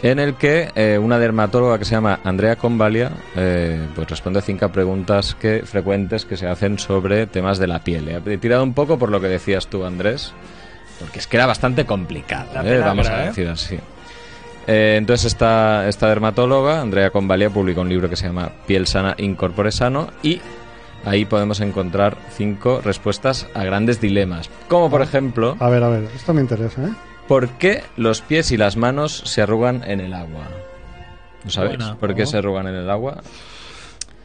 en el que eh, una dermatóloga que se llama Andrea Convalia eh, pues responde a cinco preguntas que, frecuentes que se hacen sobre temas de la piel. He tirado un poco por lo que decías tú, Andrés, porque es que era bastante complicado, La ¿eh? palabra, vamos a ¿eh? decir así. Eh, entonces esta, esta dermatóloga, Andrea Convalia, publicó un libro que se llama Piel sana, incorpore sano y ahí podemos encontrar cinco respuestas a grandes dilemas. Como Ah. por ejemplo... A ver, a ver, esto me interesa, ¿eh? ¿Por qué los pies y las manos se arrugan en el agua? ¿No sabéis Buena. por qué se arrugan en el agua?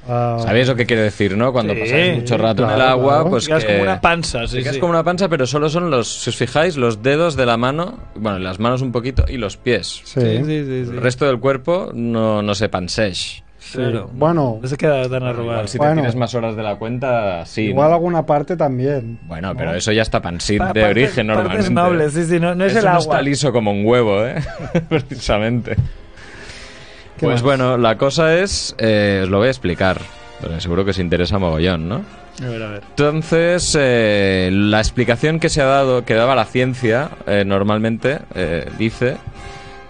Ah, ¿Sabéis lo que quiero decir, no? Cuando Sí, pasáis mucho rato en el claro, agua, claro. pues Te quedas que... como una panza, te sí, quedas sí. como una panza, pero solo son los, si os fijáis, los dedos de la mano, bueno, las manos un poquito y los pies. sí. Sí, sí, sí, sí. El resto del cuerpo no, no se panseix. Claro. Bueno, No se queda tan arrugado. Igual si Bueno. te tienes más horas de la cuenta, sí. igual ¿no? alguna parte también. Bueno, pero eso ya está pansit Pa- de partes- origen partes normalmente. nobles, sí, sí, no, no es Eso el no agua. está liso como un huevo, ¿eh? Precisamente. ¿Qué Pues más? bueno, la cosa es... eh, os lo voy a explicar. Porque seguro que os interesa mogollón, ¿no? A ver, a ver. Entonces, eh, la explicación que se ha dado, que daba la ciencia, eh, normalmente eh, dice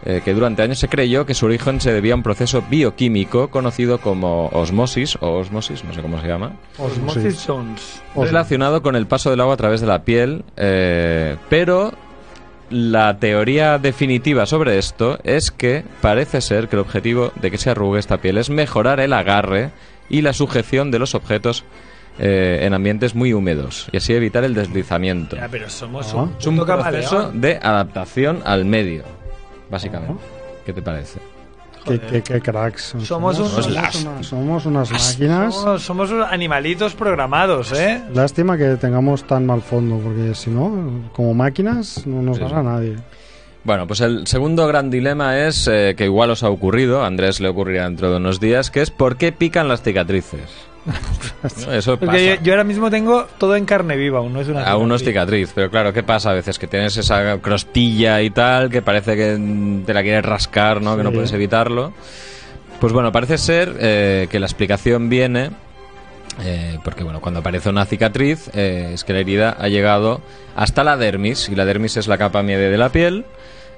eh, que durante años se creyó que su origen se debía a un proceso bioquímico conocido como osmosis, o osmosis, no sé cómo se llama, Osmosis Sí. Jones. Os- relacionado con el paso del agua a través de la piel, eh, pero la teoría definitiva sobre esto es que parece ser que el objetivo de que se arrugue esta piel es mejorar el agarre y la sujeción de los objetos eh, en ambientes muy húmedos y así evitar el deslizamiento. Ya, pero somos Ah. un, Es un puto camaleón. proceso de adaptación al medio, básicamente. ¿Qué te parece? Ah, Qué, Joder. qué- qué cracks. Somos unos unas- somos, unas máquinas. Somos, somos animalitos programados, ¿eh? Lástima que tengamos tan mal fondo, porque si no, como máquinas, no nos Sí, gana nadie. Bueno, pues el segundo gran dilema es eh, que igual os ha ocurrido, a Andrés le ocurrirá dentro de unos días, que es ¿por qué pican las cicatrices? ¿No? Eso pasa. Porque yo, yo ahora mismo tengo todo en carne viva, aún no es una. Aún no es cicatriz, pero claro, ¿qué pasa a veces? Que tienes esa crostilla y tal, que parece que mm, te la quieres rascar, ¿no? Que no Sí. puedes evitarlo. Pues bueno, parece ser eh, que la explicación viene, eh, porque bueno, cuando aparece una cicatriz, eh, es que la herida ha llegado hasta la dermis, y la dermis es la capa media de la piel,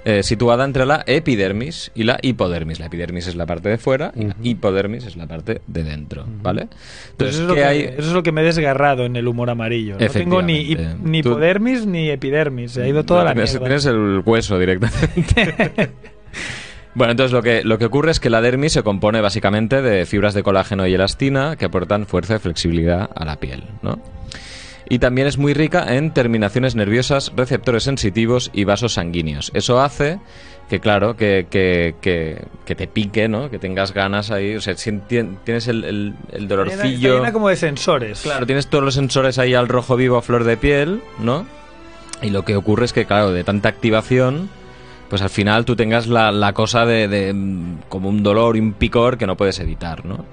eh, situada entre la epidermis y la hipodermis. La epidermis es la parte de fuera y la hipodermis es la parte de dentro, ¿vale? Entonces, Entonces, Pues eso, es lo ¿qué que, hay? eso es lo que me he desgarrado en el humor amarillo. No tengo ni, hip- Efectivamente. ni Tú- hipodermis ni epidermis. Se ha ido toda la tienes, mierda. tienes el hueso directamente. bueno, entonces lo que, lo que ocurre es que la dermis se compone básicamente de fibras de colágeno y elastina que aportan fuerza y flexibilidad a la piel, ¿no? Y también es muy rica en terminaciones nerviosas, receptores sensitivos y vasos sanguíneos. Eso hace que, claro, que, que, que, que te pique, ¿no? Que tengas ganas ahí, o sea, si tien- tienes el, el, el Está llena- está dolorcillo... llena como de sensores. Claro, tienes todos los sensores ahí al rojo vivo a flor de piel, ¿no? Y lo que ocurre es que, claro, de tanta activación, pues al final tú tengas la, la cosa de, de, mm, como un dolor y un picor que no puedes evitar, ¿no?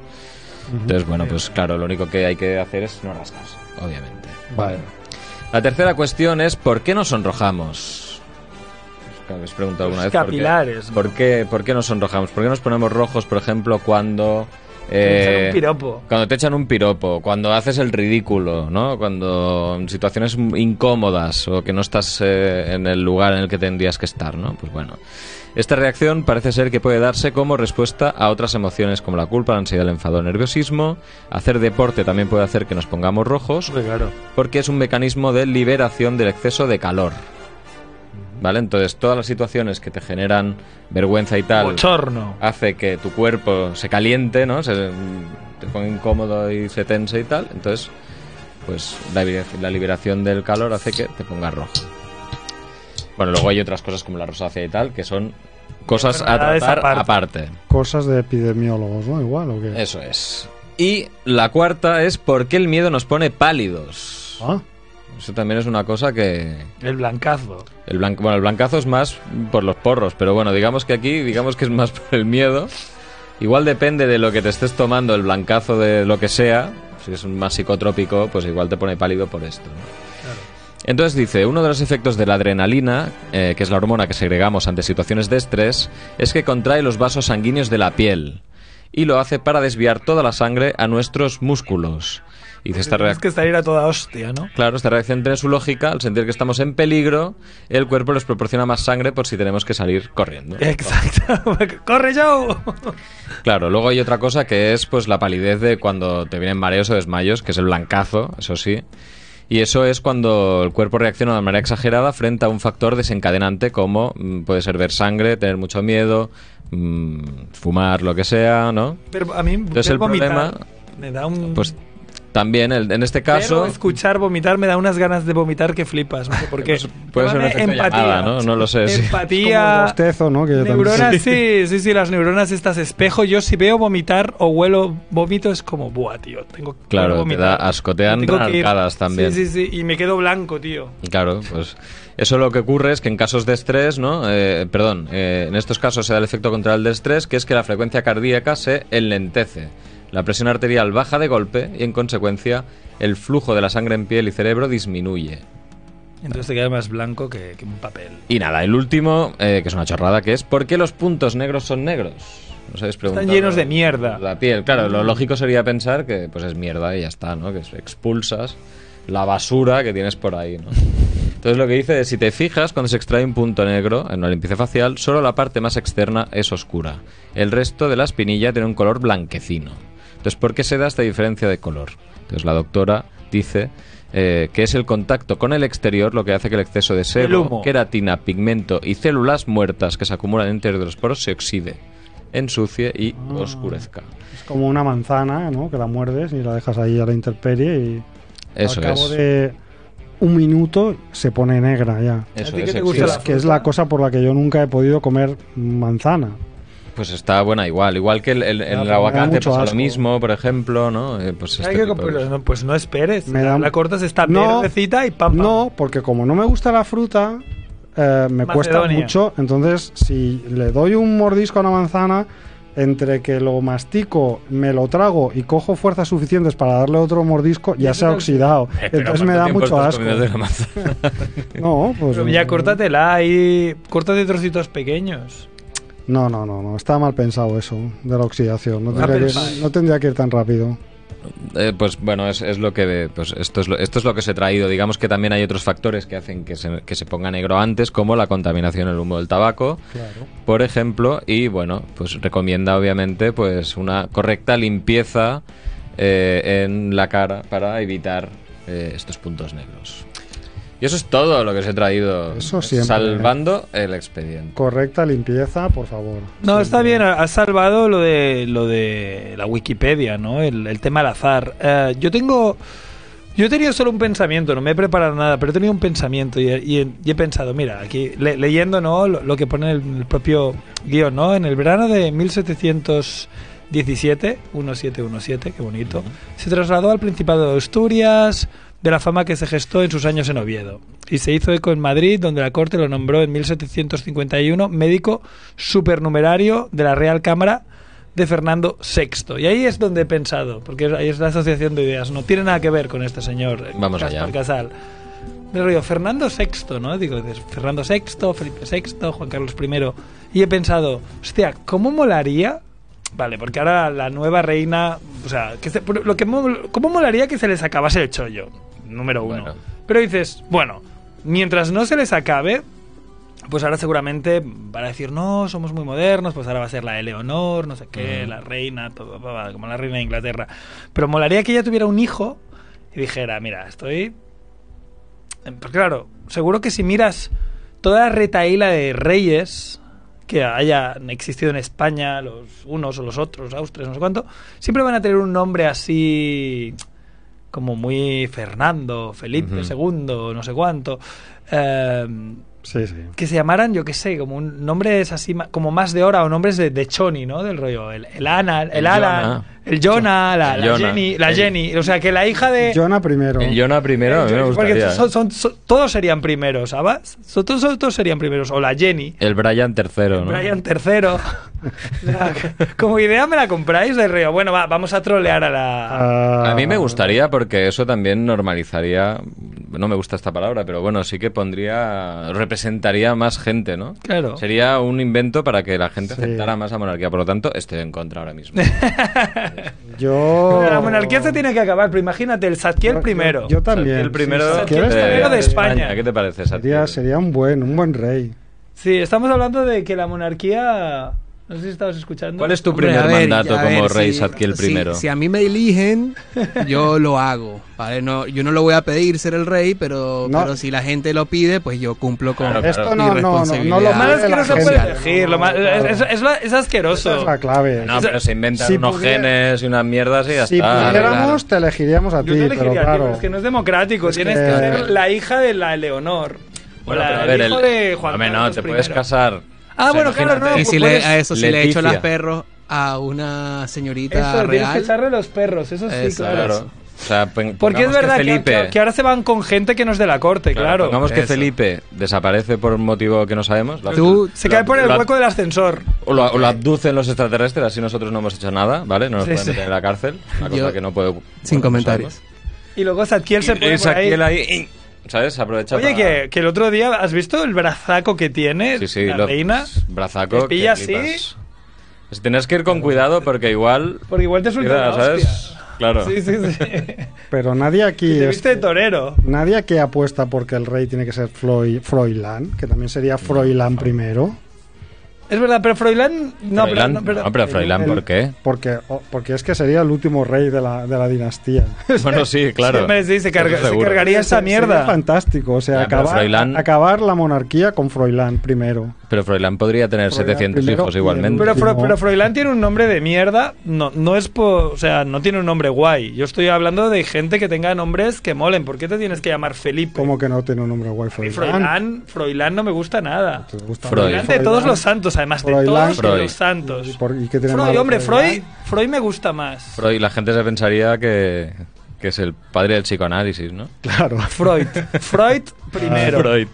Entonces, bueno, pues claro, lo único que hay que hacer es no rascarse, obviamente. Vale. La tercera cuestión es ¿por qué nos sonrojamos? Pues, claro, ¿Habéis preguntado Los alguna vez por qué- capilares, ¿no? por qué, por qué nos sonrojamos? ¿Por qué nos ponemos rojos, por ejemplo, cuando Te echan Eh, un piropo. Cuando te echan un piropo, cuando haces el ridículo, ¿no? Cuando en situaciones incómodas o que no estás eh, en el lugar en el que tendrías que estar, ¿no? Pues bueno. Esta reacción parece ser que puede darse como respuesta a otras emociones como la culpa, la ansiedad, el enfado, el nerviosismo. Hacer deporte también puede hacer que nos pongamos rojos claro. porque es un mecanismo de liberación del exceso de calor. ¿Vale? Entonces, todas las situaciones que te generan vergüenza y tal Ah. Bochorno. hace que tu cuerpo se caliente, ¿no? Se, te pone incómodo y se tense y tal. Entonces, pues la, libe- la liberación del calor hace que te pongas rojo. Bueno, luego hay otras cosas como la rosácea y tal, que son cosas a Enfermedades tratar aparte. aparte. Cosas de epidemiólogos, ¿no? Igual, ¿o qué? Eso es. Y la cuarta es por qué el miedo nos pone pálidos. Ah, Eso también es una cosa que, El blancazo. El blan- bueno, el blancazo es más por los porros, pero bueno, digamos que aquí, digamos que es más por el miedo. Igual depende de lo que te estés tomando, el blancazo de lo que sea. Si es un más psicotrópico, pues igual te pone pálido por esto. ¿no? Entonces dice, uno de los efectos de la adrenalina, eh, que es la hormona que segregamos ante situaciones de estrés, es que contrae los vasos sanguíneos de la piel y lo hace para desviar toda la sangre a nuestros músculos. Y dice, esta Tienes reacción... que salir a toda hostia, ¿no? Claro, esta reacción tiene su lógica. Al sentir que estamos en peligro, el cuerpo les proporciona más sangre por si tenemos que salir corriendo. Eh. Exacto. ¡Corre, Joe! Claro, luego hay otra cosa que es pues la palidez de cuando te vienen mareos o desmayos, que es el blancazo, eso sí. Y eso es cuando el cuerpo reacciona de manera exagerada frente a un factor desencadenante como mm, puede ser ver sangre, tener mucho miedo, mm, fumar, lo que sea, ¿no? Pero a mí Entonces, ver el vomitar problema- me da un... Pues también el- en este Ver o caso... escuchar vomitar me da unas ganas de vomitar que flipas, no sé por qué. Pues puede ser un Llámame efecto llamada, ¿no? No lo sé, sí. como el Empatía... bostezo, ¿no? Que yo también- Neuronas, sí, sí, sí, las neuronas estas espejo. Yo si veo vomitar o huelo vómito es como, buah, tío, tengo que Claro, quiero te vomitar. da asco, te dan Tengo que ir. arcadas también. Sí, sí, sí, y me quedo blanco, tío. Claro, pues eso lo que ocurre es que en casos de estrés, ¿no? Eh, perdón, eh, en estos casos se da el efecto contrario al de estrés, que es que la frecuencia cardíaca se enlentece. La presión arterial baja de golpe y en consecuencia el flujo de la sangre en piel y cerebro disminuye. Entonces te queda más blanco que, que un papel. Y nada, el último, eh, que es una chorrada, que es ¿por qué los puntos negros son negros? ¿Os habéis preguntado? llenos de mierda. La piel, claro, lo lógico sería pensar que pues es mierda y ya está, ¿no? Que expulsas la basura que tienes por ahí, ¿no? Entonces lo que dice es, si te fijas, cuando se extrae un punto negro en una limpieza facial, solo la parte más externa es oscura. El resto de la espinilla tiene un color blanquecino. Entonces, ¿por qué se da esta diferencia de color? Entonces la doctora dice eh, que es el contacto con el exterior lo que hace que el exceso de El sebo, humo. queratina, pigmento y células muertas que se acumulan en el interior de los poros se oxide, ensucie y Ah. oscurezca. Es como una manzana, ¿no? Que la muerdes y la dejas ahí a la intemperie y Eso al cabo es. de un minuto se pone negra ya. Eso ¿A ti qué es, te se gusta Que oxida. es, que es la cosa por la que yo nunca he podido comer manzana. Pues está buena igual, igual que el, el- en pero me el da aguacate mucho pasa lo asco. mismo, por ejemplo, ¿no? Eh, pues este Hay que tipo de comprarlo, cosas. no, pues no esperes. Me da un- La cortas esta mierdecita y pam, pam. No, porque como no me gusta la fruta, eh, me cuesta Macedonia. mucho. Entonces, si le doy un mordisco a una manzana, entre que lo mastico, me lo trago y cojo fuerzas suficientes para darle otro mordisco, ya se ha oxidado. Eh, pero Entonces me ¿cuánto da tiempo mucho estás asco. comiendo de la manzana? No, pues. Pero ya córtatela ahí, córtate trocitos pequeños. No, no, no, no. Está mal pensado eso de la oxidación. No Apple tendría, que, pie. no tendría que ir tan rápido. Eh, pues bueno, es, es lo que pues esto es lo, esto es lo que se ha traído. Digamos que también hay otros factores que hacen que se, que se ponga negro antes, como la contaminación, el humo del tabaco, por ejemplo. Y bueno, pues recomienda obviamente pues una correcta limpieza eh, en la cara para evitar eh, estos puntos negros. Y eso es todo lo que os he traído. Eso siempre. Salvando el expediente. Correcta limpieza, por favor. No, está bien, ha- has salvado lo de lo de la Wikipedia, ¿no? El, el tema al azar. Eh, yo tengo. Yo he tenido solo un pensamiento, no me he preparado nada, pero he tenido un pensamiento y, he- y he- y he pensado, mira, aquí le- leyendo ¿no? lo, lo que pone el, el propio guión, ¿no? En el verano de 1717, 1717, qué bonito, se trasladó al Principado de Asturias de la fama que se gestó en sus años en Oviedo y se hizo eco en Madrid, donde la Corte lo nombró en 1751 médico supernumerario de la Real Cámara de Fernando VI. Y ahí es donde he pensado, porque ahí es la asociación de ideas. No tiene nada que ver con este señor, eh, Vamos Gaspar allá. Casal. Me río, Fernando VI, ¿no? Digo, dices, Fernando VI, Felipe VI, Juan Carlos I. Y he pensado, hostia, ¿cómo molaría Vale, porque ahora la nueva reina. O sea, que se- lo que, mol- ¿cómo molaría que se les acabase el chollo? Número uno. Bueno. Pero dices, bueno, mientras no se les acabe, pues ahora seguramente van a decir, no, somos muy modernos, pues ahora va a ser la Eleonor, no sé qué, la reina, pa, pa, pa, pa, como la reina de Inglaterra. Pero molaría que ella tuviera un hijo y dijera, mira, estoy... Pero claro, seguro que si miras toda la retaíla de reyes que hayan existido en España, los unos o los otros, austrias, no sé cuánto, siempre van a tener un nombre así como muy Fernando, Felipe Ujú. II, no sé cuánto. Eh, Sí, sí. que se llamaran, yo qué sé, como un nombres así, ma- como más de hora o nombres de, de Choni, ¿no? Del rollo. El, el Ana, el, El Alan, Jonah. el Jonah, la, El la Jonah. Jenny, la El- Jenny. O sea, que la hija de. Jonah primero. El Jonah primero, a mí me porque gustaría. son- ¿eh? son- son- todos serían primeros, ¿sabes? So- Todos, todos serían primeros. O la Jenny. El Brian tercero, ¿no? Brian tercero. O sea, que- como idea me la compráis del río. Bueno, va, vamos a trolear a la... Ah, A mí me gustaría porque eso también normalizaría, no me gusta esta palabra, pero bueno, sí que pondría, representaría más gente, ¿no? Claro. Sería un invento para que la gente Sí. aceptara más la monarquía, por lo tanto, estoy en contra ahora mismo. Yo. La monarquía se tiene que acabar, pero imagínate, el Satkiel Yo- primero. Yo también. El primero, sí, sí. de, ¿Quieres primero de España? ¿Qué te parece, Satiel? Sería, sería un buen, un buen rey. Sí, estamos hablando de que la monarquía... No sé si estabas escuchando. ¿Cuál es tu Hombre, primer a ver, mandato a como ver, rey si- Satkiel si- primero? Si, a mí me eligen, yo lo hago. ¿vale? No, yo no lo voy a pedir ser el rey, pero, No. pero si la gente lo pide, pues yo cumplo con Claro, Esto claro. no, no, no, no lo Irresponsabilidad. Lo malo es que no se Claro, puede claro. elegir. lo malo- es, es la- es asqueroso. Esa es la clave. No, O sea, pero se inventan si unos pudiera- genes y unas mierdas y ya si está. pudiéramos, te elegiríamos a ti, Yo te elegiría, pero tío, claro. pero es que no es democrático. Tienes que que- ser la hija de la Leonor. O Bueno, la, pero a el ver, hijo el- de Juan hombre, no, Carlos te I. puedes casar. Ah, bueno, claro, imagínate. no, Y si puedes- le, a eso, si le Leticia. echo las perros a una señorita Eso, tienes que real. echarle los perros, eso sí, Eso, claro. Claro. O sea, pon- Porque es pongamos que verdad que, Felipe, que- que ahora se van con gente que no es de la corte, claro. Pongamos que Eso. Felipe desaparece por un motivo que no sabemos. lo- Tú- se cae por el lo- hueco del ascensor. O lo, o lo abducen los extraterrestres, así nosotros no hemos hecho nada, ¿vale? No nos Sí, pueden sí. meter en la cárcel, una cosa Yo- que no puedo... Sin bueno, pues, no comentarios. sabemos. Y luego Zadkiel se Y pone es por ahí. Saquiel ahí, ¿sabes? Aprovecha Oye, para- que, que el otro día, ¿has visto el brazaco que tiene Sí, sí, la lo- pues, reina? Brazaco. Te pilla que así. flipas. Pues tienes que ir con cuidado porque igual... Porque igual te suelta Mira, una ¿sabes? hostia. Claro. Sí, sí, sí. Pero nadie aquí. Te es- viste de torero. Nadie aquí apuesta porque el rey tiene que ser Floy, Froilán, que también sería Froilán primero. Es verdad, pero Froilán... No, pero- Froilán- no, pero... no, pero Froilán, El- ¿por qué? Porque, o- porque es que sería el último rey de la, de la dinastía. Bueno, sí, Sí, claro. hombre, sí, se, carga- Eso se seguro. cargaría esa Se- sería mierda. fantástico, o sea, Ya, pero acabar, Froilán- acabar la monarquía con Froilán primero. Pero Froilán podría tener Froilán 700 primero hijos y el- igualmente. Pero, Fro- No. pero Froilán tiene un nombre de mierda. No, no es po- O sea, no tiene un nombre guay. Yo estoy hablando de gente que tenga nombres que molen. ¿Por qué te tienes que llamar Felipe? Como que no tiene un nombre guay Y Froilán. Froilán, Froilán no me gusta nada. ¿Te gusta Freud. Froilán de todos los santos, además de Froilán. todos Freud. los santos. ¿Y por- y qué tiene Pues, Freud, malo hombre, Froilán? Freud, Freud me gusta más. Freud, la gente se pensaría que, que es el padre del psicoanálisis, ¿no? Claro, Freud. Freud primero. Ah, Freud.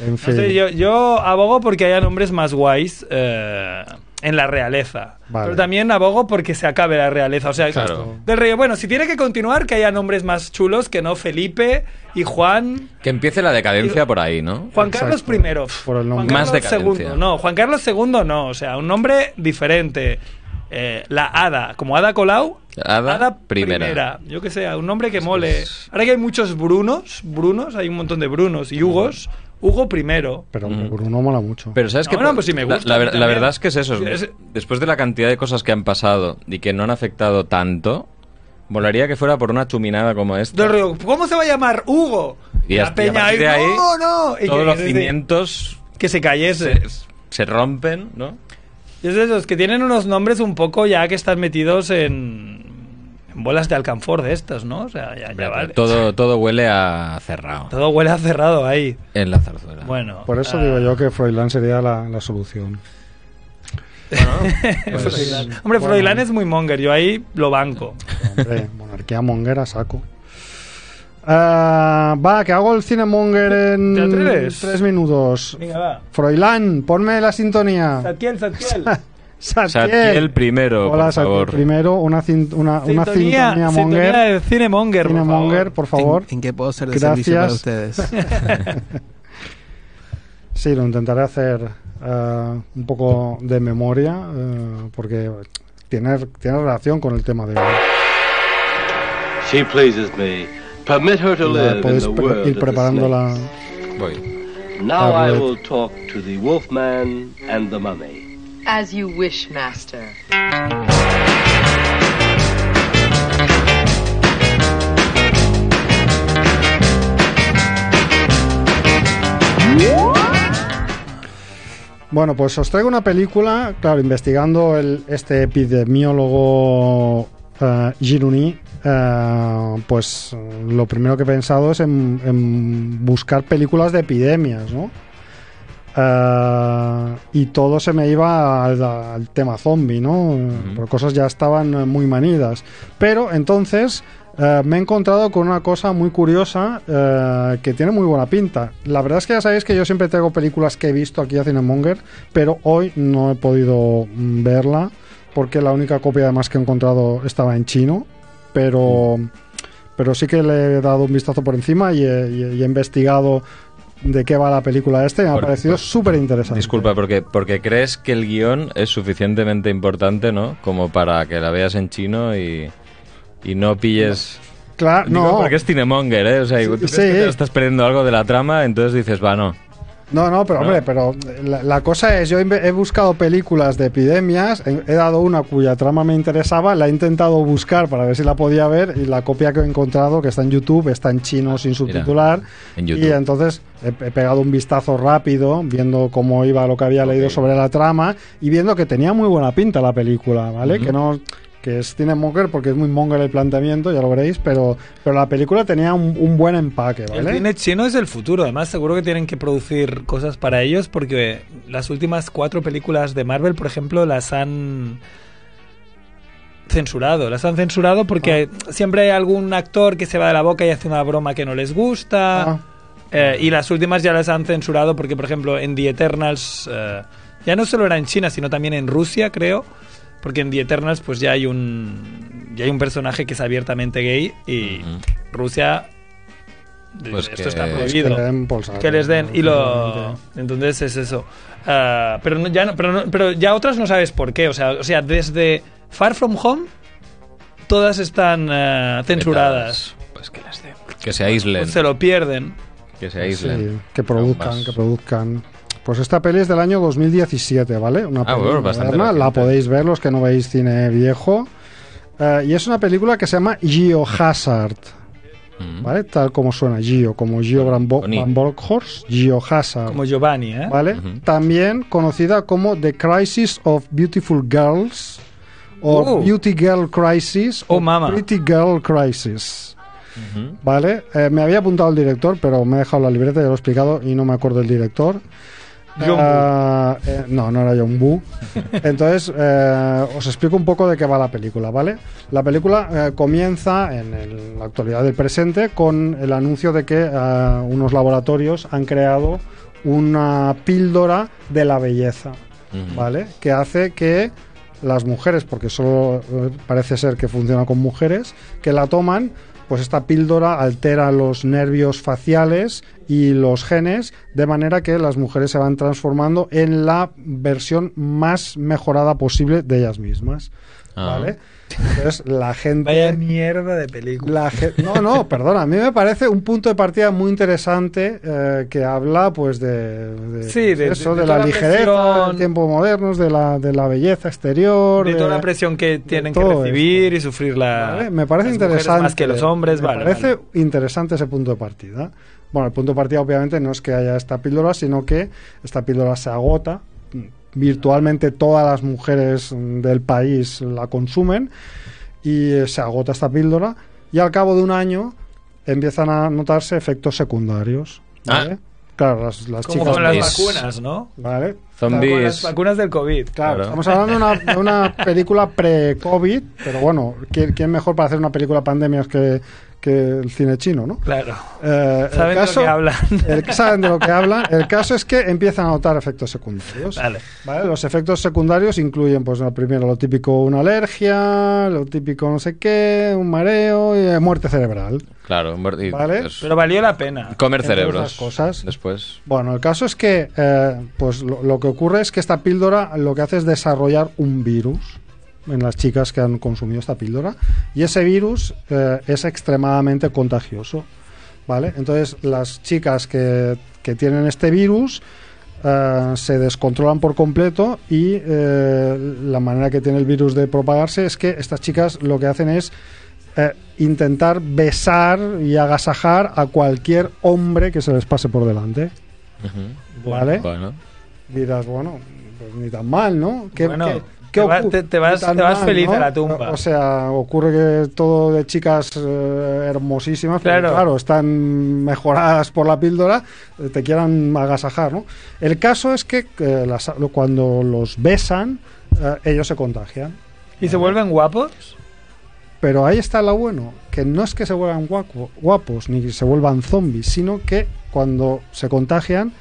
en No fin. sé, yo, yo abogo porque haya nombres más guays eh, en la realeza. Vale. Pero también abogo porque se acabe la realeza. O sea, Claro. del rey. Bueno, si tiene que continuar, que haya nombres más chulos que no Felipe y Juan. que empiece la decadencia por ahí, ¿no? Juan Carlos I. Exacto, por el nombre. Juan Más Carlos decadencia. II, No, Juan Carlos II no. O sea, un nombre diferente. Eh, la Hada, como Hada Colau. Hada primera. Yo que sé, un nombre que mole. Ahora que hay muchos Brunos, Brunos, hay un montón de Brunos y Hugos. Hugo primero. Pero Bruno mola mucho. Mm. Pero sabes No, que bueno, por- pues sí me la- gusta, la, ver- a mí la también. verdad es que es eso. Sí, es- Después de la cantidad de cosas que han pasado y que no han afectado tanto, molaría que fuera por una chuminada como esta. Del Río, ¿cómo se va a llamar Hugo? Y la hasta- y a peña ahí, partir de ahí, no, no. Y Todos que- los que- cimientos Que se cayese. se, se rompen, ¿no? Y Es de esos que tienen unos nombres un poco ya que están metidos en, en bolas de alcanfor de estas, ¿no? O sea, ya, ya vale. todo, todo huele a cerrado Todo huele a cerrado ahí. en la zarzuela. Bueno. Por eso ah, digo yo que Froilán sería la, la solución. Pues- Froilán. Hombre, Bueno. Froilán es muy monger, yo ahí lo banco. Hombre, monarquía monguera, saco. Ah, va, que hago el cine monger en ¿Te atreves? tres minutos. Venga, va. Froilán, ponme la sintonía. Satkiel, Satkiel. Satiel primero, Hola, por Satiel favor. primero, una, cin- una, sintonía, una sintonía sintonía monger. de cine monger, por Cine favor. monger, por ¿En- favor. ¿En, qué puedo ser de servicio para Gracias. ustedes? Sí, lo intentaré hacer eh, un poco de memoria, eh, porque tiene, tiene relación con el tema de hoy. She pleases me. Permit her to Ya live in podéis the pre- world ir of preparando the la... Voy. snake. Now I tablet. will talk to the wolfman and the mummy. As you wish, master. Bueno, pues os traigo una película, claro, investigando el, este epidemiólogo eh, Giruni, eh, pues eh, lo primero que he pensado es en, en buscar películas de epidemias, ¿no? Eh, y todo se me iba al, al tema zombie, ¿no? Porque cosas ya estaban eh, muy manidas. Pero entonces eh, me he encontrado con una cosa muy curiosa eh, que tiene muy buena pinta. La verdad es que ya sabéis que yo siempre traigo películas que he visto aquí a Cinemonger, pero hoy no he podido mm, verla porque la única copia además que he encontrado estaba en chino, pero, pero sí que le he dado un vistazo por encima y he, y he- y he investigado de qué va la película esta y me ha Por- parecido por- súper interesante. Disculpa, porque, porque crees que el guión es suficientemente importante, ¿no? Como para que la veas en chino y, y no pilles... Claro, Digo, no. porque es cinemonger, ¿eh? O sea, tú crees sí. que te estás perdiendo algo de la trama, entonces dices, va, no. No, no, pero ¿No? hombre, pero la, la cosa es, yo inve- he buscado películas de epidemias, he, he dado una cuya trama me interesaba, la he intentado buscar para ver si la podía ver y la copia que he encontrado, que está en YouTube, está en Ah, chino sin subtitular. en Y YouTube. entonces he, he pegado un vistazo rápido, viendo cómo iba lo que había leído sobre la trama y viendo que tenía muy buena pinta la película, ¿vale? Que no que es Cinemonger porque es muy monger el planteamiento, ya lo veréis, pero, pero la película tenía un, un buen empaque, ¿vale? El cine chino es el futuro. Además, seguro que tienen que producir cosas para ellos porque eh, las últimas cuatro películas de Marvel, por ejemplo, las han censurado. Las han censurado porque Ah. siempre hay algún actor que se va de la boca y hace una broma que no les gusta. Ah. Eh, y las últimas ya las han censurado porque, por ejemplo, en The Eternals, eh, ya no solo era en China, sino también en Rusia, creo. Porque en The Eternals, pues ya hay un, ya hay un personaje que es abiertamente gay y Ujú. Rusia. Pues esto está que- Pues que Pues que prohibido. le den por saco, Que les den y ¿no? lo entonces es eso. Ah, pero no- ya no- pero, no- pero ya otras no sabes por qué, o sea, o sea, desde Far From Home todas están ah, censuradas. Pues Pues que las den. Que se aíslen. Se lo pierden. Que se aíslen. Sí, que produzcan, Bombas. que produzcan. Pues esta peli es del año 2017, ¿vale? Una Ah, peli bueno, bastante moderna, La reciente. podéis ver los que no veis cine viejo. Eh, y es una película que se llama Geohazard, Mm. ¿vale? Tal como suena, Geo, como Geo Van Bo- Con I. Van Bronckhorst, Geohazard, Como Giovanni, ¿eh? ¿vale? Ujú. También conocida como The Crisis of Beautiful Girls, o Oh. Beauty Girl Crisis, Oh, o mama. Pretty Girl Crisis. Ujú. Vale, eh, me había apuntado el director, pero me he dejado la libreta, ya lo he explicado y no me acuerdo el director. John Ah, eh, no, no era John Boo. Entonces, eh, os explico un poco de qué va la película, ¿vale? La película eh, comienza en el- la actualidad del presente con el anuncio de que ah, unos laboratorios han creado una píldora de la belleza, Ujú. ¿vale? Que hace que las mujeres, porque solo eh, parece ser que funciona con mujeres, que la toman, pues esta píldora altera los nervios faciales y los genes, de manera que las mujeres se van transformando en la versión más mejorada posible de ellas mismas, Ah. ¿vale? Entonces la gente... Vaya mierda de película. La ge- no, no, perdona. A mí me parece un punto de partida muy interesante eh, que habla, pues, de, de- Sí, de- eso, de- de, de toda la la ligereza, presión. del tiempo modernos, de la, de la belleza exterior. de de- toda la presión que tienen que todo recibir y sufrir la ¿vale? Me parece las mujeres interesante. más que los hombres, me vale, parece vale. interesante ese punto de partida. Bueno, el punto de partida obviamente no es que haya esta píldora, sino que esta píldora se agota. Virtualmente todas las mujeres mm, del país la consumen y eh, se agota esta píldora y al cabo de un año empiezan a notarse efectos secundarios. ¿vale? Claro, las, las como chicas... con las Zombies. vacunas, ¿no? ¿vale? Como Zombies. las vacunas del COVID. Claro, Claro. estamos hablando de una, de una película pre-COVID, pero bueno, ¿quién, quién mejor para hacer una película pandemias que, que el cine chino, ¿no? Claro. Eh, el Saben de lo que hablan. el- saben de lo que hablan. El caso es que empiezan a notar efectos secundarios. Vale. ¿Vale? Los efectos secundarios incluyen, pues, la primera, lo típico, una alergia, lo típico, no sé qué, un mareo y eh, muerte cerebral. Claro, un verdi- Vale. es- Pero valió la pena. comer Entre cerebros. otras cosas. Después. Bueno, el caso es que eh, pues lo, lo que ocurre es que esta píldora lo que hace es desarrollar un virus en las chicas que han consumido esta píldora y ese virus eh, es extremadamente contagioso, ¿vale? Entonces las chicas que, que tienen este virus eh, se descontrolan por completo y eh, la manera que tiene el virus de propagarse es que estas chicas lo que hacen es eh, intentar besar y agasajar a cualquier hombre que se les pase por delante. Ujú. Vale. Bueno. Dirás, bueno, pues ni tan mal, ¿no? Bueno, qué te vas- ocu- te- te vas- ni tan te vas feliz a la tumba. O sea, ocurre que todo de chicas eh, hermosísimas, pero Claro. claro. están mejoradas por la píldora, eh, te quieran agasajar, ¿no? El caso es que eh, las- cuando los besan, eh, ellos se contagian. ¿Y se vuelven guapos? Pero ahí está lo bueno, que no es que se vuelvan guapo- guapos ni que se vuelvan zombies, sino que cuando se contagian,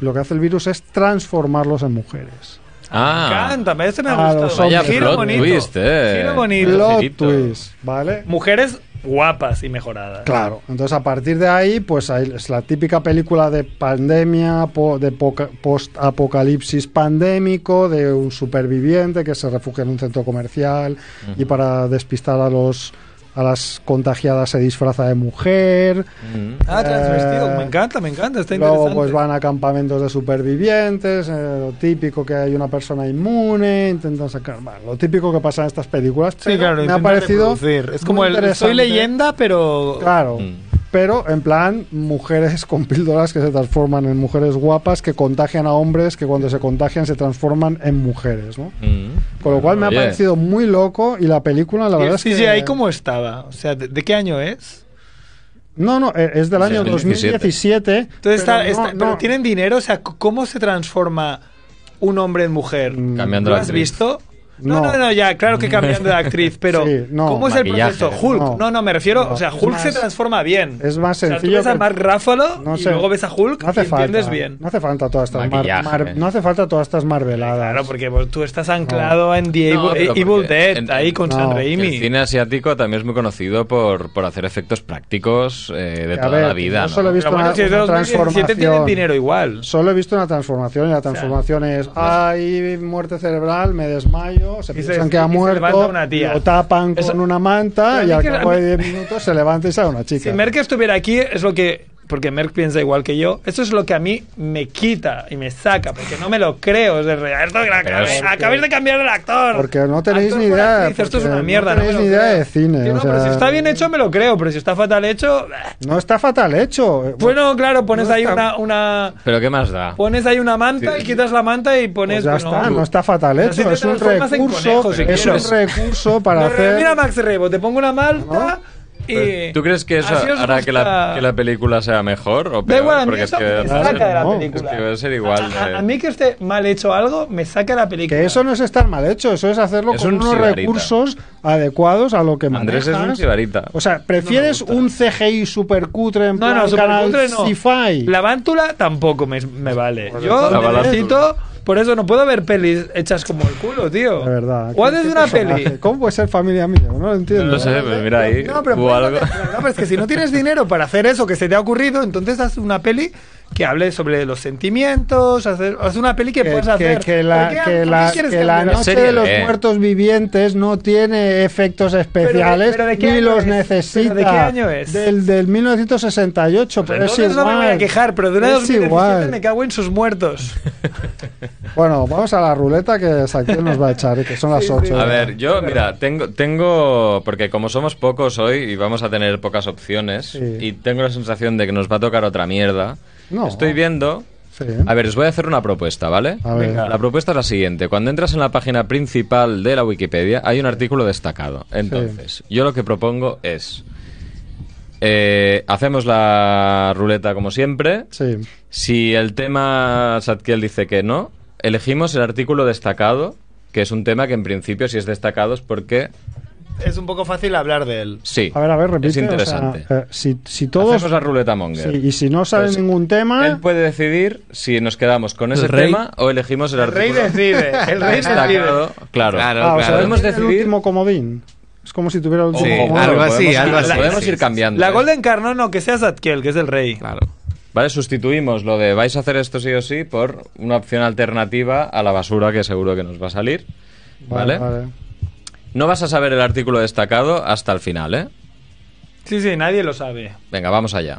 lo que hace el virus es transformarlos en mujeres. Me Ah. encanta, me- ese me ha Ah, los gustado. hombres. Vaya Giro plot bonito. twist, eh. Giro bonito. Los Plot giritos. twist, ¿vale? Mujeres guapas y mejoradas. Claro, entonces a partir de ahí, pues ahí es la típica película de pandemia, po- de poca- post-apocalipsis pandémico, de un superviviente que se refugia en un centro comercial y para despistar a los a las contagiadas se disfraza de mujer. Ujú. Ah, transvestido. Eh, me encanta, me encanta. Está Luego interesante. pues van a campamentos de supervivientes, eh, lo típico que hay una persona inmune, intentan sacar, bueno, lo típico que pasa en estas películas. Sí, pero claro, me ha intentan parecido reproducir. Es muy como el soy interesante. leyenda, pero Claro. Mm. Pero en plan, mujeres con píldoras que se transforman en mujeres guapas, que contagian a hombres, que cuando se contagian se transforman en mujeres, ¿no? Ujú. Con lo cual me Mm. ha Oye. parecido muy loco y la película, la ¿Y verdad el es que... CGI cómo estaba? O sea, ¿de, de qué año es? No, no, eh, es del año 2017. 2017. Entonces, pero está, está- no, ¿pero no. tienen dinero? O sea, c- ¿cómo se transforma un hombre en mujer? Mm, Cambiando ¿Lo la has actriz. visto? No, no, No. no, ya, claro que cambiando de actriz, pero Sí, no. ¿cómo es Maquillaje, el proceso? Hulk, no, no. no, me refiero, No, o sea, es Hulk se más- transforma bien. Es más o sea, tú sencillo. ves a que- Mark Ruffalo no y sé. luego ves a Hulk No hace y entiendes falta, bien. No hace falta todas estas, mar- Maquillaje. eh. mar- no hace falta todas estas marveladas. Claro, porque pues, tú estás anclado en The No, Evil, pero Evil porque Dead, en- ahí con no. San El Raimi. cine asiático también es muy conocido por, por hacer efectos prácticos eh, de A toda ver, la vida. yo ¿no? solo he visto Pero bueno, una- si es de una 2017 tienen transformación. dinero igual. Solo he visto una transformación y la transformación es ay muerte cerebral, me desmayo, se Y se- piensan que y ha se muerto, levanta una tía. lo tapan Eso- con Pero una a manta y mí al que- cabo a mí- de 10 minutos se levanta y sale una chica. Si Merck estuviera aquí, es lo que. Porque Merck piensa igual que yo. Eso es lo que a mí me quita y me saca, porque no me lo creo. Es de re- esto que la- Pero es- acabéis de cambiar el actor. Porque no tenéis Actor ni por idea, actriz, esto es porque una no mierda. tenéis me ni lo idea creo. de cine, Sí, no, o pero sea- si está bien hecho, me lo creo. Pero si está fatal hecho. bah. No está fatal hecho. Eh, Bueno, claro, pones No ahí una, está- una- Pero ¿qué más da? Pones ahí una manta Sí. y quitas la manta y pues pones. ya bueno, está, no está fatal Pero si hecho, te es un transformas en conejo, recurso, si es quieres. un recurso para Pero Mira, hacer Max Rebo, te pongo una malta y. Pues, ¿Tú crees que eso eh, así os hará que la, gusta. que la película sea mejor o peor? igual, a mí Porque es eso que me va a ser- saca de la no, película. es que va a ser igual. eh. A, de- a- a mí que esté mal hecho algo, me saca la película. que eso no es estar mal hecho, eso es hacerlo Es un con unos sibarita. recursos adecuados a lo que Andrés es un manejas. sibarita. O sea, ¿prefieres un CGI super cutre en No, plan no, canal supercutre no. sci-fi? La vántula tampoco me, me vale. Yo La necesito... Por eso no puedo ver pelis hechas como el culo, tío. De verdad. ¿Cuál ¿qué- es qué una personaje? peli? ¿Cómo puede ser familia mía? No lo entiendo. No lo sé, pero mira ahí. No, pero, o algo. no, pero es que si no tienes dinero para hacer eso que se te ha ocurrido, entonces haz una peli que hable sobre los sentimientos, haz, haz una peli que, Que, puedas que- hacer. que ¿Por qué- la, por que qué la, quieres que la cambiar? Una noche serie eh. de los B. muertos vivientes no tiene efectos especiales pero ¿de qué ni año los es? necesita. ¿Pero de qué año es? Del, del 1968, pero es Entonces igual. no me voy a quejar, pero de una es 2017 igual. me cago en sus muertos. Bueno, vamos a la ruleta que Saquiel nos va a echar, que son las 8. A ver, yo, mira, tengo, tengo, porque como somos pocos hoy y vamos a tener pocas opciones, Sí. y tengo la sensación de que nos va a tocar otra mierda, No. estoy viendo... Sí. A ver, os voy a hacer una propuesta, ¿vale? A ver. Venga. La propuesta es la siguiente. Cuando entras en la página principal de la Wikipedia, hay un artículo destacado. Entonces, yo lo que propongo es... eh, hacemos la ruleta como siempre. Sí. Si el tema Sadkiel dice que no, elegimos el artículo destacado, que es un tema que en principio si es destacado es porque es un poco fácil hablar de él. Sí. A ver, a ver, repite. Es o sea, interesante. eh, si, si todos. Hacemos la ruleta monger. sí, y si no sale Pues, ningún tema. Él puede decidir si nos quedamos con ese rey. tema o elegimos el, El rey artículo. decide. El rey Está decide. claro, claro. Claro, Ah, claro. o sea, podemos Podemos decidir. El decidir- último comodín. Es como si tuviera el último Sí, comodín. algo así, podemos- algo así, Podemos sí, ir sí, cambiando. La ¿eh? Golden Carnón, no, que sea Zadkiel, que es el rey. Claro. Vale, sustituimos lo de vais a hacer esto sí o sí por una opción alternativa a la basura que seguro que nos va a salir. Vale. No vas a saber el artículo destacado hasta el final, ¿eh? Sí, sí, nadie lo sabe. Venga, vamos allá.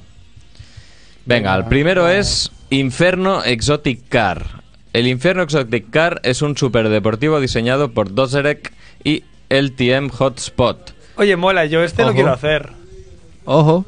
Venga, el primero es Inferno Exotic Car. El Inferno Exotic Car es un superdeportivo diseñado por Dozerek y LTM Hotspot. Oye, mola, yo este lo Ojo. quiero hacer. Ojo.